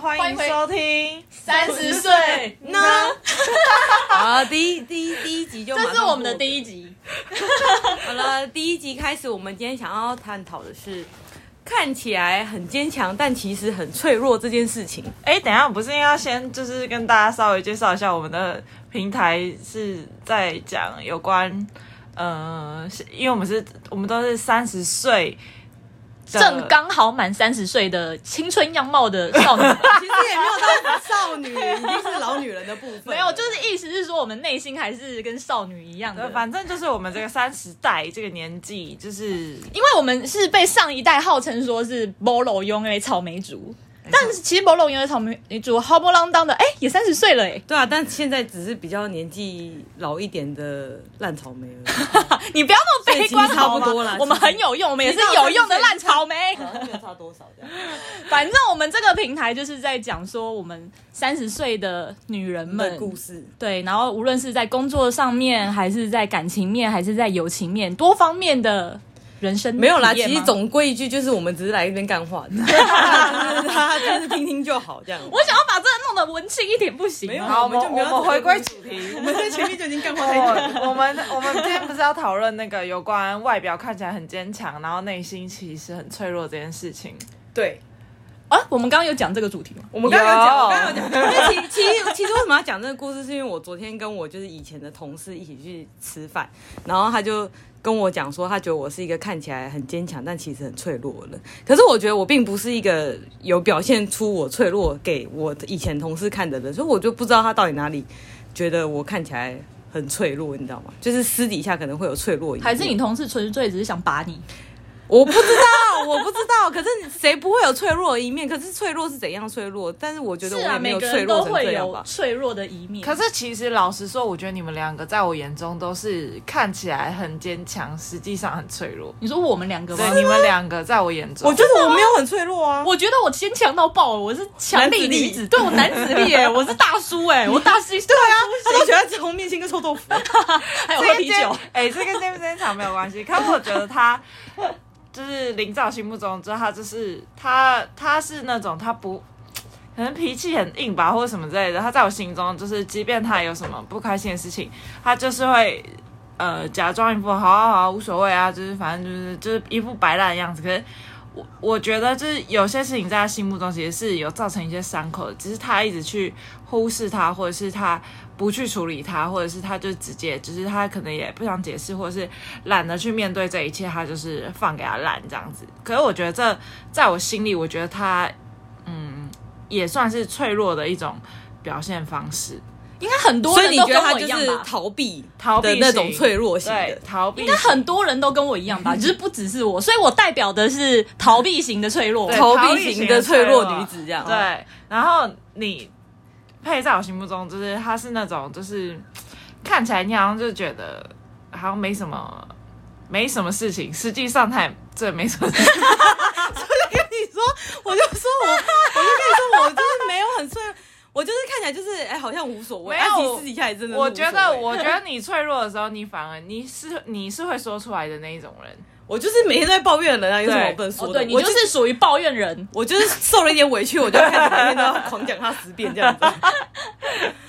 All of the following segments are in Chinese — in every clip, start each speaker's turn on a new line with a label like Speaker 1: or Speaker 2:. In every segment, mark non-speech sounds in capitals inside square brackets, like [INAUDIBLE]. Speaker 1: 欢迎收听
Speaker 2: 三十岁
Speaker 1: 呢，
Speaker 3: [LAUGHS] 好，第一第一第一集就
Speaker 2: 这是我们的
Speaker 3: 一。
Speaker 2: 第一集。
Speaker 3: 好了，第一集开始，我们今天想要探讨的是，看起来很坚强，但其实很脆弱这件事 [LAUGHS] 情。
Speaker 1: 哎，等一下，不是应该要先就是跟大家稍微介绍一下我们的平台是在讲有关，呃，是因为我们是我们都是三十岁的
Speaker 2: 正刚好满三十岁的青春样貌的
Speaker 3: [LAUGHS]
Speaker 2: 少女们，
Speaker 3: 其实也没有到少女，已经是老女人的部分。
Speaker 2: 没有，就是意思是说我们内心还是跟少女一样的
Speaker 1: 呃，，反正就是我们这个三十代这个年纪，
Speaker 2: [LAUGHS]
Speaker 1: 就是
Speaker 2: 因为我们是被上一代号称说是 bolo 庸的草莓族，但是其实 bolo 庸的草莓族浩不浪当的，哎、也三十岁了哎、
Speaker 3: 对啊，但现在只是比较年纪老一点的烂草莓 [LAUGHS] 而已。
Speaker 2: 你不要那么悲观
Speaker 3: 所以其实差
Speaker 2: 好
Speaker 3: 不
Speaker 2: 吗
Speaker 3: 多啦其？实
Speaker 2: 我们很有用，我们也是有用的烂草莓。
Speaker 3: 像没有差多少这样。
Speaker 2: 反正我们这个平台就是在讲说我们三十岁的女人们
Speaker 3: 的故事，
Speaker 2: 对，然后无论是在工作上面，还是在感情面，还是在友情面，多方面的人生
Speaker 3: 没有啦，
Speaker 2: 体验
Speaker 3: 其
Speaker 2: 吗
Speaker 3: 实总归一句就是我们只是来这边干 [LAUGHS] 话的，就是他就是 [LAUGHS] 听听就好这样。
Speaker 2: 我想要把这个弄得文青一点不行吗？啊
Speaker 3: 没有
Speaker 1: 好，
Speaker 3: 好
Speaker 1: 我
Speaker 3: 我
Speaker 1: 们
Speaker 3: 们
Speaker 1: 就我
Speaker 3: 就不要
Speaker 1: 们回归主题。
Speaker 3: 我们在前面就已经干话太多。
Speaker 1: 我我们我们今天不是要讨论那个有关外表看起来很坚强，然后内心其实很脆弱这件事情。
Speaker 3: 对，
Speaker 2: 啊，我们刚刚有讲这个主题吗？
Speaker 3: 我们刚刚有讲，
Speaker 1: 有
Speaker 3: 我刚刚有讲。因为其其其实为什么要讲这个故事，是因为我昨天跟我就是以前的同事一起去吃饭，然后他就跟我讲说，他觉得我是一个看起来很坚强，但其实很脆弱的人。可是我觉得我并不是一个有表现出我脆弱给我以前同事看的人，所以我就不知道他到底哪里觉得我看起来。很脆弱，你知道吗？就是私底下可能会有脆弱一面
Speaker 2: 还是你同事纯粹只是想把你？
Speaker 3: 我不知道，我不知道。可是谁不会有脆弱的一面？可是脆弱是怎样脆弱？但是我觉得我也没
Speaker 2: 啊每
Speaker 3: 有
Speaker 2: 个
Speaker 3: 脆
Speaker 2: 人
Speaker 3: 弱
Speaker 2: 都
Speaker 3: 成
Speaker 2: 会
Speaker 3: 这样
Speaker 2: 有
Speaker 3: 吧。
Speaker 2: 脆弱的一面。
Speaker 1: 可是其实老实说，我觉得你们两个在我眼中都是看起来很坚强，实际上很脆弱。
Speaker 2: 你说我们两个吗
Speaker 1: 对，？你们两个在我眼中，
Speaker 3: 我觉得我没有很脆弱啊。
Speaker 2: 我觉得我坚强到爆，我是强力女
Speaker 3: 男子
Speaker 2: 子，对我男子力哎，我是大叔哎，我大叔对啊，
Speaker 3: 他们喜欢吃红面心跟臭
Speaker 2: [LAUGHS]
Speaker 3: 豆腐。
Speaker 2: 还有
Speaker 1: 这 [LAUGHS]
Speaker 2: 喝
Speaker 1: 跟
Speaker 2: 啤
Speaker 1: 健
Speaker 2: 酒。，
Speaker 1: 哎、这跟健不健康没有关系。可是我觉得他就是林兆心目中，就是他就是他，他是那种他不。可能脾气很硬吧，或者什么之类的。他在我心中就是，即便他有什么不开心的事情，他就是会呃假装一副好好好无所谓啊，就是反正就是就是一副摆烂的样子。可是我我觉得就是有些事情在他心目中其实是有造成一些伤口的，只是他一直去忽视他，或者是他不去处理它，或者是他就直接，就是他可能也不想解释，或者是懒得去面对这一切，他就是放给他烂这样子。可是我觉得这在我心里，我觉得他嗯也算是脆弱的一种表现方式，
Speaker 2: 应该很多
Speaker 3: 所以
Speaker 2: 人
Speaker 3: 你
Speaker 2: 都
Speaker 3: 觉得
Speaker 2: 跟
Speaker 3: 他
Speaker 2: 我
Speaker 3: 就
Speaker 2: 一样
Speaker 3: 是
Speaker 2: 吧？
Speaker 3: 逃避
Speaker 1: 逃避
Speaker 3: 的
Speaker 1: 型
Speaker 3: 那种脆弱型
Speaker 1: 对
Speaker 3: 的？
Speaker 1: 逃避型，
Speaker 2: 应该很多人都跟我一样吧，就是不只是我，所以我代表的是逃避型的脆弱
Speaker 1: 对。
Speaker 3: 逃
Speaker 1: 逃避
Speaker 3: 避型
Speaker 1: 型的
Speaker 3: 的脆弱
Speaker 1: 脆弱
Speaker 3: 女子这样。哦
Speaker 1: 对。然后你配在我心目中，就是他是那种就是看起来你好像就觉得好像没什么没什么事情，实际上他也这没什么
Speaker 3: [LAUGHS]
Speaker 1: 事情。
Speaker 3: 你说，我就说我，我就跟你说，我就是没有很脆弱，我就是看起来就是哎、好像无所谓，
Speaker 1: 没有
Speaker 3: 啊其实私底下也真的是无所
Speaker 1: 我
Speaker 3: 谓。
Speaker 1: 觉得，我觉得你脆弱的时候，你反而你是你是会说出来的那一种人。
Speaker 3: 我就是每天都在抱怨的人啊，有什么
Speaker 1: 对
Speaker 3: 不能说
Speaker 2: 哦，
Speaker 3: 的？
Speaker 2: 对你
Speaker 3: 我
Speaker 2: 就是属于抱怨人，
Speaker 3: 我就是受了一点委屈，我就开始每天都要狂讲他十遍这样子，这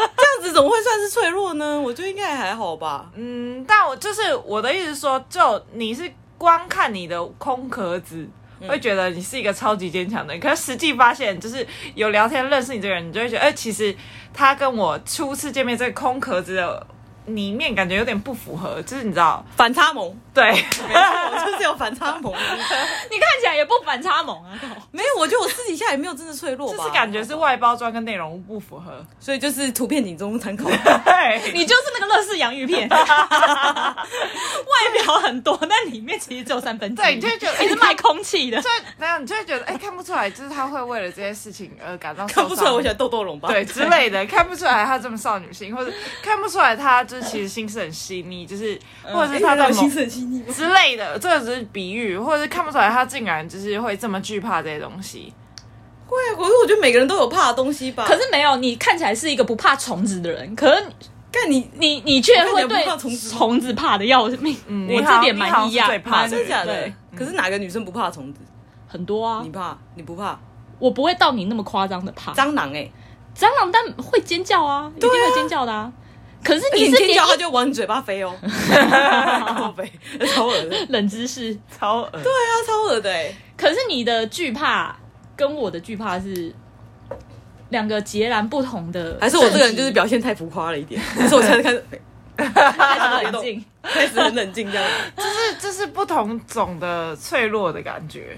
Speaker 3: 样子怎么会算是脆弱呢？我觉得应该还好吧。
Speaker 1: 嗯，但我就是我的意思是说，就你是光看你的空壳子。会觉得你是一个超级坚强的人，可是实际发现，就是有聊天认识你这个人，你就会觉得，哎、其实他跟我初次见面这个空壳子的里面感觉有点不符合，就是你知道，
Speaker 3: 反差萌，
Speaker 1: 对，
Speaker 3: 没错，我就是有反差萌。
Speaker 2: 你看起来也不反差萌 [LAUGHS] 啊。
Speaker 3: 没有，我觉得我私底下也没有真的脆弱吧，
Speaker 1: 就是感觉是外包装跟内容不符合，
Speaker 3: 所以就是图片仅供参考。
Speaker 1: 对，[LAUGHS]
Speaker 2: [LAUGHS] 你就是那个乐事洋芋片，外表很多，但里面其实只有三分之一。哎
Speaker 1: 对你就会觉得
Speaker 2: 你是卖空气的
Speaker 1: 就。没有，你就会觉得，哎、看不出来，就是他会为了这些事情而感到受
Speaker 3: 看
Speaker 1: 伤
Speaker 3: 不出来，我喜欢豆豆龙吧？
Speaker 1: 对之类的，看不出来他这么少女心，或者看不出来他就是其实心思很细腻，就是或者
Speaker 3: 哎，
Speaker 1: 是他在
Speaker 3: 有
Speaker 1: 某
Speaker 3: 心思很细腻吗？
Speaker 1: [LAUGHS] 之类的，这个只是比喻，或者是看不出来他竟然就是会这么惧怕这些东西。
Speaker 3: 会啊，可是我觉得每个人都有怕的东西吧。
Speaker 2: 可是没有，你看起来是一个不怕虫子的人，可是
Speaker 3: 干你
Speaker 2: 你你却会
Speaker 3: 我看起来
Speaker 2: 对
Speaker 3: 不怕虫子
Speaker 2: 虫子怕的要命。
Speaker 1: 嗯
Speaker 2: 我
Speaker 1: 你好
Speaker 2: 这点蛮
Speaker 1: 你
Speaker 2: 一
Speaker 1: 好像
Speaker 2: 样
Speaker 1: 是最，怕
Speaker 2: 蛮
Speaker 1: 的
Speaker 3: 啊真的假的
Speaker 2: 啊对？
Speaker 3: 可是哪个女生不怕虫子？
Speaker 2: 很多啊
Speaker 3: 你。怕？你不怕？
Speaker 2: 我不会到你那么夸张的怕。
Speaker 3: 蟑螂哎、
Speaker 2: 蟑螂但会尖叫啊，一定会尖叫的啊。可是
Speaker 3: 而
Speaker 2: 你
Speaker 3: 且
Speaker 2: 是
Speaker 3: 尖叫
Speaker 2: 连
Speaker 3: 它就往你嘴巴飞哦，靠背，超恶的，对
Speaker 2: 一冷知识，
Speaker 1: 超恶。
Speaker 3: 啊，超恶的哎、
Speaker 2: 可是你的惧怕跟我的惧怕是两个截然不同的。
Speaker 3: 还是我这个人就是表现太浮夸了一 [LAUGHS] 点，还是我现在开始
Speaker 2: 达冷静。
Speaker 3: 开始很冷静这样。
Speaker 1: 这这是不同种的脆弱的感觉，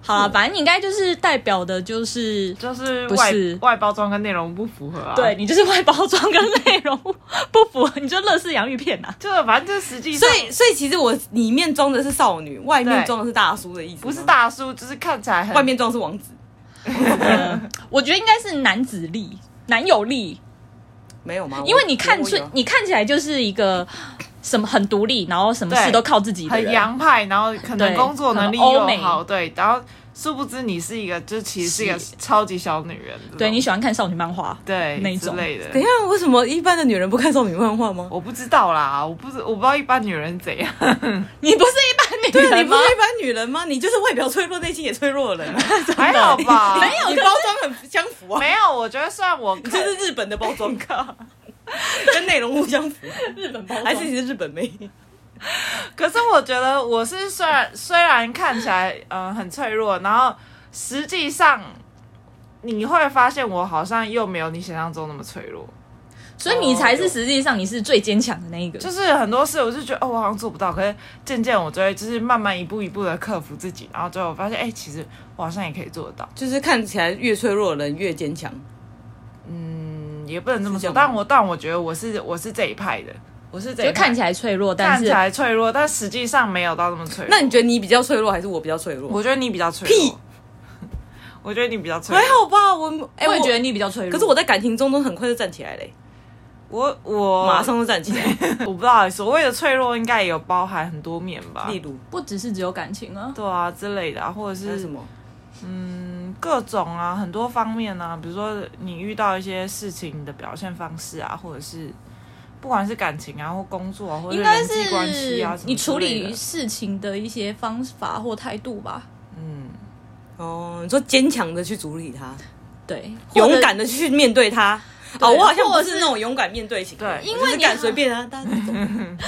Speaker 2: 好了，反正你应该就是代表的就是。
Speaker 1: 就是
Speaker 2: 不
Speaker 1: 外
Speaker 2: 是
Speaker 1: 外包装跟内容不符合啊。
Speaker 2: 对，你就是外包装跟内容不不符合，你就乐事洋芋片呐、啊。
Speaker 1: 就反正这实际上
Speaker 3: [LAUGHS] 所以，所以其实我里面装的是少女，外面装的是大叔的意思吗，
Speaker 1: 不是大叔，就是看起来很
Speaker 3: 外面装的是王子，
Speaker 2: 嗯我觉得应该是男子力、男友力，
Speaker 3: 没有吗？
Speaker 2: 因为
Speaker 3: 我
Speaker 2: 你看
Speaker 3: 我
Speaker 2: 出
Speaker 3: 有啊
Speaker 2: 你看起来就是一个什么很独立，然后什么事
Speaker 1: 对
Speaker 2: 都靠自己的
Speaker 1: 很
Speaker 2: 人。
Speaker 1: 洋派，然后可能
Speaker 2: 对
Speaker 1: 工作能力
Speaker 2: 很欧
Speaker 1: 又
Speaker 2: 美
Speaker 1: 好，对，然后殊不知你是一个，就其实是一个
Speaker 2: 是
Speaker 1: 超级小女人，这
Speaker 2: 对
Speaker 1: 种
Speaker 2: 你喜欢看少女漫画，
Speaker 1: 对
Speaker 2: 那
Speaker 1: 之
Speaker 2: 种
Speaker 1: 类的
Speaker 3: 等一。下，为什么一般的女人不看少女漫画吗？
Speaker 1: 我不知道啦，我不知我不知道一般女人怎样，
Speaker 2: 你不是一般女
Speaker 3: 对啊， [LAUGHS] 你
Speaker 2: 人
Speaker 3: 不
Speaker 2: 吗？
Speaker 3: 是一般女人吗？你就是外表脆弱，内心也脆弱的人啊，
Speaker 1: 还好吧？
Speaker 2: 没有
Speaker 3: 你包装很相符啊，
Speaker 1: 没有，我觉得虽然我
Speaker 3: 你
Speaker 1: 看
Speaker 3: 就是日本的包装咖， [LAUGHS] 跟内容不相符，
Speaker 2: 日本包
Speaker 3: 还是你是日本妹？
Speaker 1: 可是我觉得我是虽然虽然看起来嗯、呃很脆弱，然后实际上你会发现我好像又没有你想象中那么脆弱，
Speaker 2: 所以你才是实际上你是最坚强的那一个。
Speaker 1: 就是很多事我就觉得哦我好像做不到，可是渐渐我就会就是慢慢一步一步的克服自己，然后最后我发现哎、其实我好像也可以做得到，
Speaker 3: 就是看起来越脆弱的人越坚强。
Speaker 1: 嗯，也不能这么
Speaker 3: 是这
Speaker 1: 说
Speaker 3: 样，吗
Speaker 1: 但我但我觉得我是我是这一派的，我是这一
Speaker 2: 就
Speaker 1: 派
Speaker 2: 看起来脆弱，但
Speaker 1: 看起
Speaker 2: 是
Speaker 1: 来脆弱，但实际上没有到那么脆弱。
Speaker 3: 那你觉得你比较脆弱，还是我比较脆弱？
Speaker 1: 我觉得你比较脆弱，
Speaker 3: 屁
Speaker 1: [LAUGHS] 我觉得你比较脆弱
Speaker 3: 还。好吧，我哎，
Speaker 2: 我也觉
Speaker 3: 得。
Speaker 2: 得你比较脆弱。
Speaker 3: 可是我在感情中都很快就站起来嘞、
Speaker 1: 我我
Speaker 3: 马上就站起 [LAUGHS] 来。
Speaker 1: 我不知道，所谓的脆弱应该也有包含很多面吧？
Speaker 3: 例如，
Speaker 2: 不只是只有感情啊，
Speaker 1: 对啊之类的、啊，或者
Speaker 3: 这
Speaker 1: 是
Speaker 3: 是什么？
Speaker 1: 嗯各种啊，很多方面啊，比如说你遇到一些事情的表现方式啊，或者是不管是感情啊或工作、啊，或者
Speaker 2: 应该
Speaker 1: 人
Speaker 2: 是
Speaker 1: 际关系啊，什么
Speaker 2: 你处
Speaker 1: 之类
Speaker 2: 理
Speaker 1: 的
Speaker 2: 事情的一些方法或态度吧。
Speaker 1: 嗯，
Speaker 3: 哦，你说坚强的去处理它，
Speaker 2: 对，
Speaker 3: 勇敢的去面对它。
Speaker 2: 对
Speaker 3: 哦，我好像不
Speaker 2: 或者
Speaker 3: 是
Speaker 2: 是
Speaker 3: 那种勇敢面对型的，
Speaker 1: 对
Speaker 2: 因为
Speaker 3: 我就是
Speaker 2: 你
Speaker 3: 敢
Speaker 2: 好
Speaker 3: 随便啊，大家 [LAUGHS]
Speaker 2: 或
Speaker 3: 走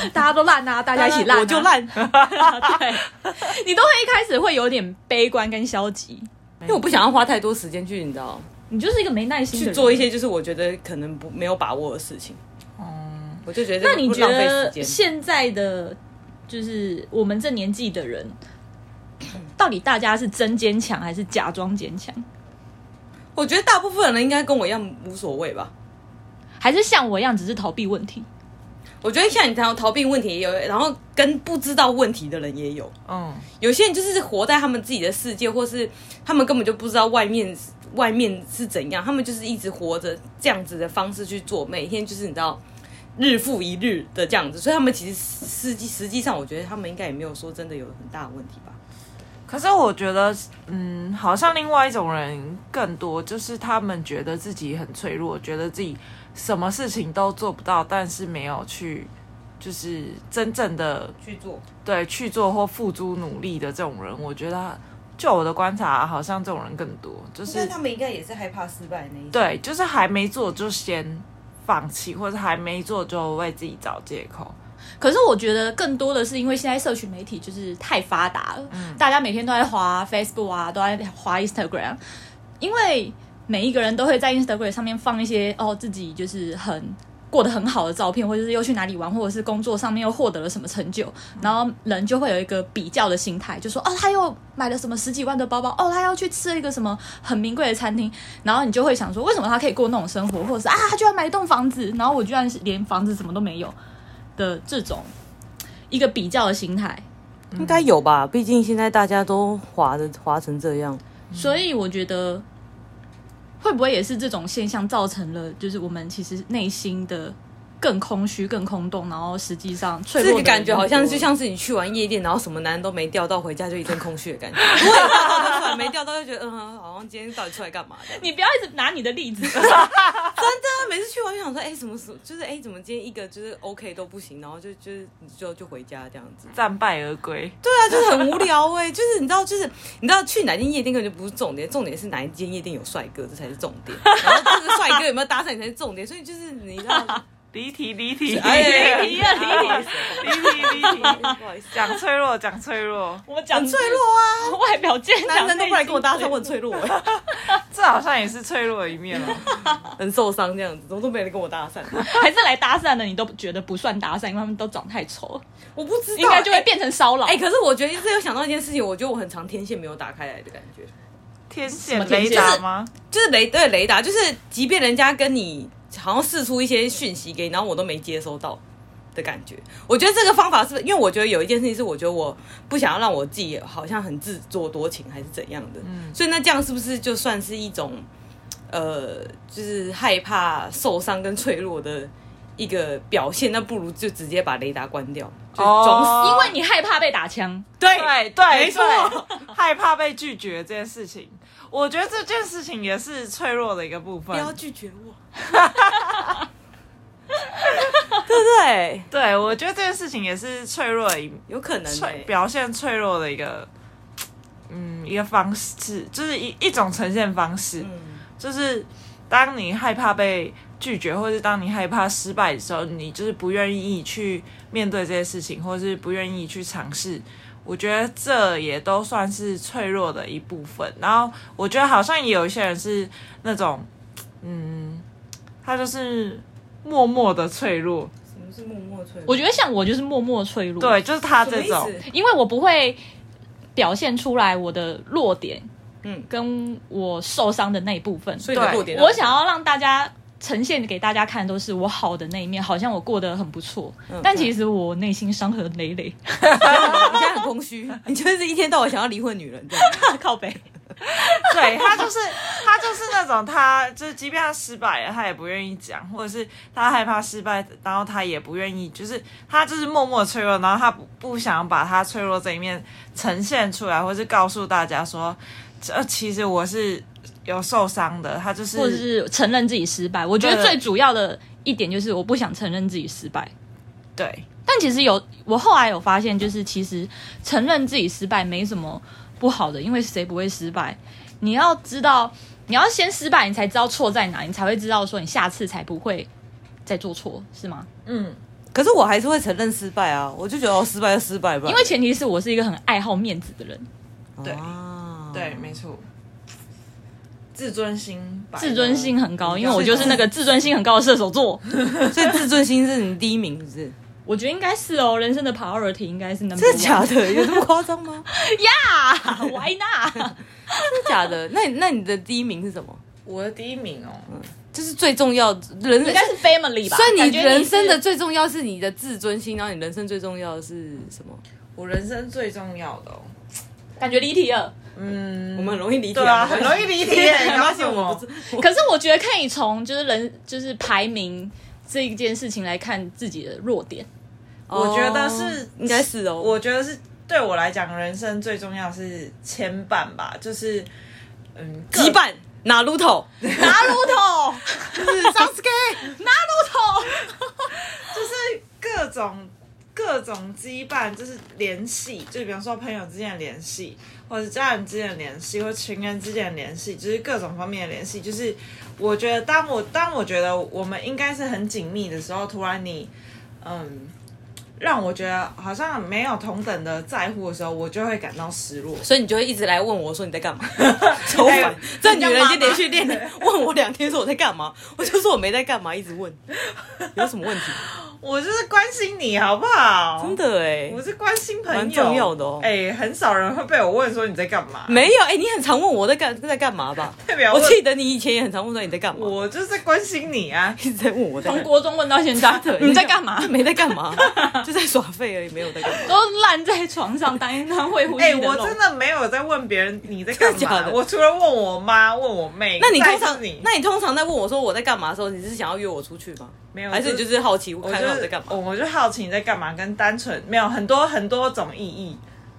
Speaker 2: 者大家都烂啊，大家一起烂啊、
Speaker 3: 我就
Speaker 2: [LAUGHS]
Speaker 3: 烂，
Speaker 2: 对， [LAUGHS] 你都会一开始会有点悲观跟消极，
Speaker 1: 因
Speaker 3: 因为我不想要花太多时间去，你知道，
Speaker 2: 你就是一个没耐心的
Speaker 3: 去
Speaker 2: 人
Speaker 3: 做一。些就是我觉得可能不没有把握的事情，
Speaker 1: 嗯，
Speaker 3: 我就觉得
Speaker 2: 那你
Speaker 3: 不
Speaker 2: 觉
Speaker 3: 浪费时
Speaker 2: 得
Speaker 3: 间
Speaker 2: 现在的就是我们这年纪的人，到底大家是真坚强还是假装坚强，
Speaker 3: 我觉得大部分人应该跟我一样无所谓吧。
Speaker 2: 还是像我一样只是逃避问题？
Speaker 3: 我觉得像你逃逃避问题也有，然后跟不知道问题的人也有。
Speaker 1: 嗯，
Speaker 3: 有些人就是活在他们自己的世界，或是他们根本就不知道外面外面是怎样，他们就是一直活着这样子的方式去做，每天就是你知道日复一日的这样子，所以他们其实实际实际上，我觉得他们应该也没有说真的有很大的问题吧。
Speaker 1: 可是我觉得，嗯，好像另外一种人更多，就是他们觉得自己很脆弱，觉得自己什么事情都做不到，但是没有去，就是真正的
Speaker 3: 去做，
Speaker 1: 对去做或付诸努力的这种人，我觉得就我的观察，好像这种人更多，就是
Speaker 3: 们应该也是害怕失败那一种。
Speaker 1: 对，就是还没做就先放弃，或者还没做就为自己找借口。
Speaker 2: 可是我觉得更多的是因为现在社群媒体就是太发达了，大家每天都在滑 Facebook 啊，都在滑 Instagram，因为每一个人都会在 Instagram 上面放一些哦自己就是很过得很好的照片，或者是又去哪里玩，或者是工作上面又获得了什么成就，然后人就会有一个比较的心态，就说哦他又买了什么十几万的包包，哦他要去吃了一个什么很名贵的餐厅，然后你就会想说为什么他可以过那种生活，或者是啊他居然买一栋房子，然后我居然是连房子什么都没有。的这种一个比较的心态。
Speaker 3: 应该有吧，毕竟现在大家都滑的滑成这样。
Speaker 2: 所以我觉得，会不会也是这种现象造成了，就是我们其实内心的更空虚、更空洞，然后实际上脆
Speaker 3: 这
Speaker 2: 弱
Speaker 3: 个
Speaker 2: 的
Speaker 3: 感觉好像就
Speaker 2: 人
Speaker 3: 像是你去完夜店，然后什么男人都没钓到，回家就一阵空虚的 [LAUGHS] 感觉。如果有钓到就出来，没钓到就觉得嗯，好像今天到底出来干嘛的？
Speaker 2: [LAUGHS] 你不要一直拿你的例
Speaker 3: [LAUGHS]
Speaker 2: 子，
Speaker 3: 那每次去完就想说，哎、什么时候就是哎、怎么今天一个就是 OK 都不行，然后就就是就就回家这样子。
Speaker 1: 战败而归。
Speaker 3: 对啊，就是很无 [LAUGHS] 聊哎、就是你知道，就是你知道去哪间夜店根本就不是重点，重点是哪一间夜店有帅哥，这才是重点。然后这个帅哥有没有搭讪你才是重点，所以就是你知道，
Speaker 1: 离题，离题，[LAUGHS]
Speaker 3: [LAUGHS] 哎
Speaker 1: 离
Speaker 2: 离
Speaker 1: 题，
Speaker 2: 题了离题了
Speaker 3: 哦
Speaker 1: 离题，离题。
Speaker 3: 不好意思，
Speaker 1: 讲脆弱，讲脆弱，
Speaker 2: 我们讲
Speaker 3: [LAUGHS] 很脆弱啊， [LAUGHS]
Speaker 2: 弱，外表坚强，
Speaker 3: 男人都不来跟我搭讪，
Speaker 2: 内
Speaker 3: 我
Speaker 2: 心
Speaker 3: 很脆弱哎、 [LAUGHS]
Speaker 1: 这好像也是脆弱的一面哦了。
Speaker 3: 很受伤这样子，怎么都没人跟我搭 [LAUGHS] 讪，
Speaker 2: 还是来搭讪的，你都觉得不算搭讪，因为他们都长太丑了，
Speaker 3: 我不知道，
Speaker 2: 应该就会变成骚扰。
Speaker 3: 啊哎、可是我觉得这又想到一件事情，我觉得我很常天线没有打开来的感觉，
Speaker 1: 天
Speaker 2: 么
Speaker 1: 线
Speaker 2: 天
Speaker 1: 雷
Speaker 2: 线
Speaker 1: 达吗？
Speaker 3: 就是雷对雷达，就是即便人家跟你好像试出一些讯息给你，然后我都没接收到的感觉。我觉得这个方法是不是因为我觉得有一件事情是我觉得我不想要让我自己好像很自作多情还是怎样的，所以那这样是不是就算是一种呃，就是害怕受伤跟脆弱的一个表现？那不如就直接把雷达关掉，就装死。
Speaker 1: 哦
Speaker 2: 因为你害怕被打枪，
Speaker 3: 呃对
Speaker 1: 对对，
Speaker 3: 没错
Speaker 1: 对，害怕被拒绝这件事情，我觉得这件事情也是脆弱的一个部分
Speaker 3: 不。要拒绝我， [LAUGHS] 对不对？
Speaker 1: 对，我觉得这件事情也是脆弱的一
Speaker 3: 有可能、
Speaker 1: 脆
Speaker 3: 欸，
Speaker 1: 表现脆弱的一个，嗯，一个方式，就是一一种呈现方式，
Speaker 3: 嗯，
Speaker 1: 就是当你害怕被拒绝，或是当你害怕失败的时候，你就是不愿意去面对这些事情，或是不愿意去尝试。我觉得这也都算是脆弱的一部分。然后我觉得好像也有一些人是那种，嗯，他就是默默的脆弱，
Speaker 3: 什么是默默脆弱？
Speaker 2: 我觉得像我就是默默脆弱，
Speaker 1: 对，，就是他
Speaker 3: 什么
Speaker 1: 这
Speaker 3: 意
Speaker 1: 种。
Speaker 3: 思？
Speaker 2: 因为我不会表现出来我的弱点，
Speaker 3: 嗯
Speaker 2: 跟我受伤的那一部分，
Speaker 3: 所以你的
Speaker 1: 对
Speaker 3: 弱点，
Speaker 2: 我
Speaker 3: [LAUGHS]
Speaker 2: 想要让大家呈现给大家看，都是我好的那一面，好像我过得很不错，
Speaker 3: 嗯
Speaker 2: 但其实我内心伤痕累累。 [LAUGHS]
Speaker 3: 你现在很空虚， [LAUGHS] 你就是一天到晚想要离婚女人这样。
Speaker 2: 靠北，
Speaker 1: 对他就是他就是那种他就是即便他失败了，他也不愿意讲，或者是他害怕失败，然后他也不愿意，就是他就是默默脆弱，然后他不不想把他脆弱这一面呈现出来，或是告诉大家说，这其实我是有受伤的，他就是
Speaker 2: 或者是承认自己失败。我觉得
Speaker 1: 对
Speaker 2: 最主要的一点就是我不想承认自己失败。
Speaker 1: 对
Speaker 2: 但其实有，我后来有发现，就是其实承认自己失败没什么不好的，因为谁不会失败？你要知道，你要先失败，你才知道错在哪，你才会知道说你下次才不会再做错，是吗？
Speaker 3: 可是我还是会承认失败啊，我就觉得哦，失败就失败吧。
Speaker 2: 因为前提是我是一个很爱好面子的人，
Speaker 1: 对
Speaker 3: 啊
Speaker 1: 对，没错，自尊心吧，
Speaker 2: 自尊心很高，因为
Speaker 1: 是
Speaker 2: 我就是那个自尊心很高的射手座。
Speaker 3: 所以自尊心是你第一名，是不是？
Speaker 2: [LAUGHS] 我觉得应该是哦，人生的 priority 应该是 number one。
Speaker 3: 真的假的？有这么夸张吗？
Speaker 2: 呀？Why [LAUGHS] not？
Speaker 3: [LAUGHS] 真的假的？那那你的第一名是什么？
Speaker 1: 我的第一名哦，
Speaker 3: 就是最重要人
Speaker 2: 应该是 family 吧？
Speaker 3: 所以
Speaker 2: 感觉
Speaker 3: 你人生的
Speaker 2: 是
Speaker 3: 最重要是你的自尊心，然后你人生最重要的是什么？
Speaker 1: 我人生最重要的、哦，
Speaker 2: 感觉离题了。
Speaker 1: 嗯，
Speaker 3: 我们很容易理解，
Speaker 1: 对啊，很容易离题耶，
Speaker 3: [LAUGHS] 没
Speaker 1: 告
Speaker 3: 关系，
Speaker 1: 诉
Speaker 3: 我
Speaker 1: 我
Speaker 3: 们不。知
Speaker 2: [LAUGHS] 可是我觉得可以从就是人就是排名这一件事情来看自己的弱点。
Speaker 1: 我觉得是
Speaker 3: 哦应该是哦，
Speaker 1: 我觉得是对我来讲，人生最重要是牵绊吧，就是嗯，
Speaker 3: 羁
Speaker 1: 各
Speaker 3: 绊哪路头，
Speaker 2: 拿乳头，
Speaker 3: 就是上次给
Speaker 2: [LAUGHS] 拿乳
Speaker 1: 就是各种各种羁绊，就是联系，就比方说朋友之间的联系，或者家人之间的联系，或情人之间的联系，就是各种方面的联系。就是我觉得，当我当我觉得我们应该是很紧密的时候，突然你嗯。让我觉得好像没有同等的在乎的时候，我就会感到失落。
Speaker 3: 所以你就会一直来问我说你在干
Speaker 1: [LAUGHS]
Speaker 3: 嘛，超烦
Speaker 1: 哎。
Speaker 3: 这女人已
Speaker 1: 人家
Speaker 3: 经
Speaker 1: 妈妈
Speaker 3: 连续练了问我两天说我在
Speaker 1: [LAUGHS]
Speaker 3: 干嘛，我就说我没在干嘛，一直问，有什么问题？
Speaker 1: 我就是关心你好不好？
Speaker 3: 真，的哎
Speaker 1: 我，是关心朋友，
Speaker 3: 蛮重要的哦
Speaker 1: 哎、很少人会被我问说你在干嘛，
Speaker 3: 没有哎，你很常问我在干在干嘛吧？
Speaker 1: 代表
Speaker 3: 我
Speaker 1: 我
Speaker 3: 记得你以前也很常问说你在干嘛，
Speaker 1: 我就是在关心你啊。
Speaker 3: 一直在问我在
Speaker 2: 头，从
Speaker 3: 干嘛。
Speaker 2: 国中问到现在，你在干嘛？
Speaker 3: [LAUGHS] 没在干
Speaker 1: [LAUGHS]
Speaker 3: 嘛，就在耍废而已，没有在干嘛。
Speaker 2: 都烂在床上当一当会呼吸
Speaker 1: 哎、
Speaker 2: 的
Speaker 1: 我
Speaker 2: 肉
Speaker 1: 真的没有在问别人你在干
Speaker 3: 真的假
Speaker 1: 嘛，
Speaker 3: 的
Speaker 1: 我除了问我妈、问我妹，
Speaker 3: 那你通
Speaker 1: 再
Speaker 3: 常
Speaker 1: 是你，
Speaker 3: 那你通常在问我说我在干嘛的时候，你是想要约我出去吗？
Speaker 1: 没有，
Speaker 3: 还是你就是好奇我
Speaker 1: 我
Speaker 3: 看
Speaker 1: 就
Speaker 3: 到我
Speaker 1: 是
Speaker 3: 在干嘛？
Speaker 1: 我我就好奇你在干嘛，跟单纯没有很多很多种意义，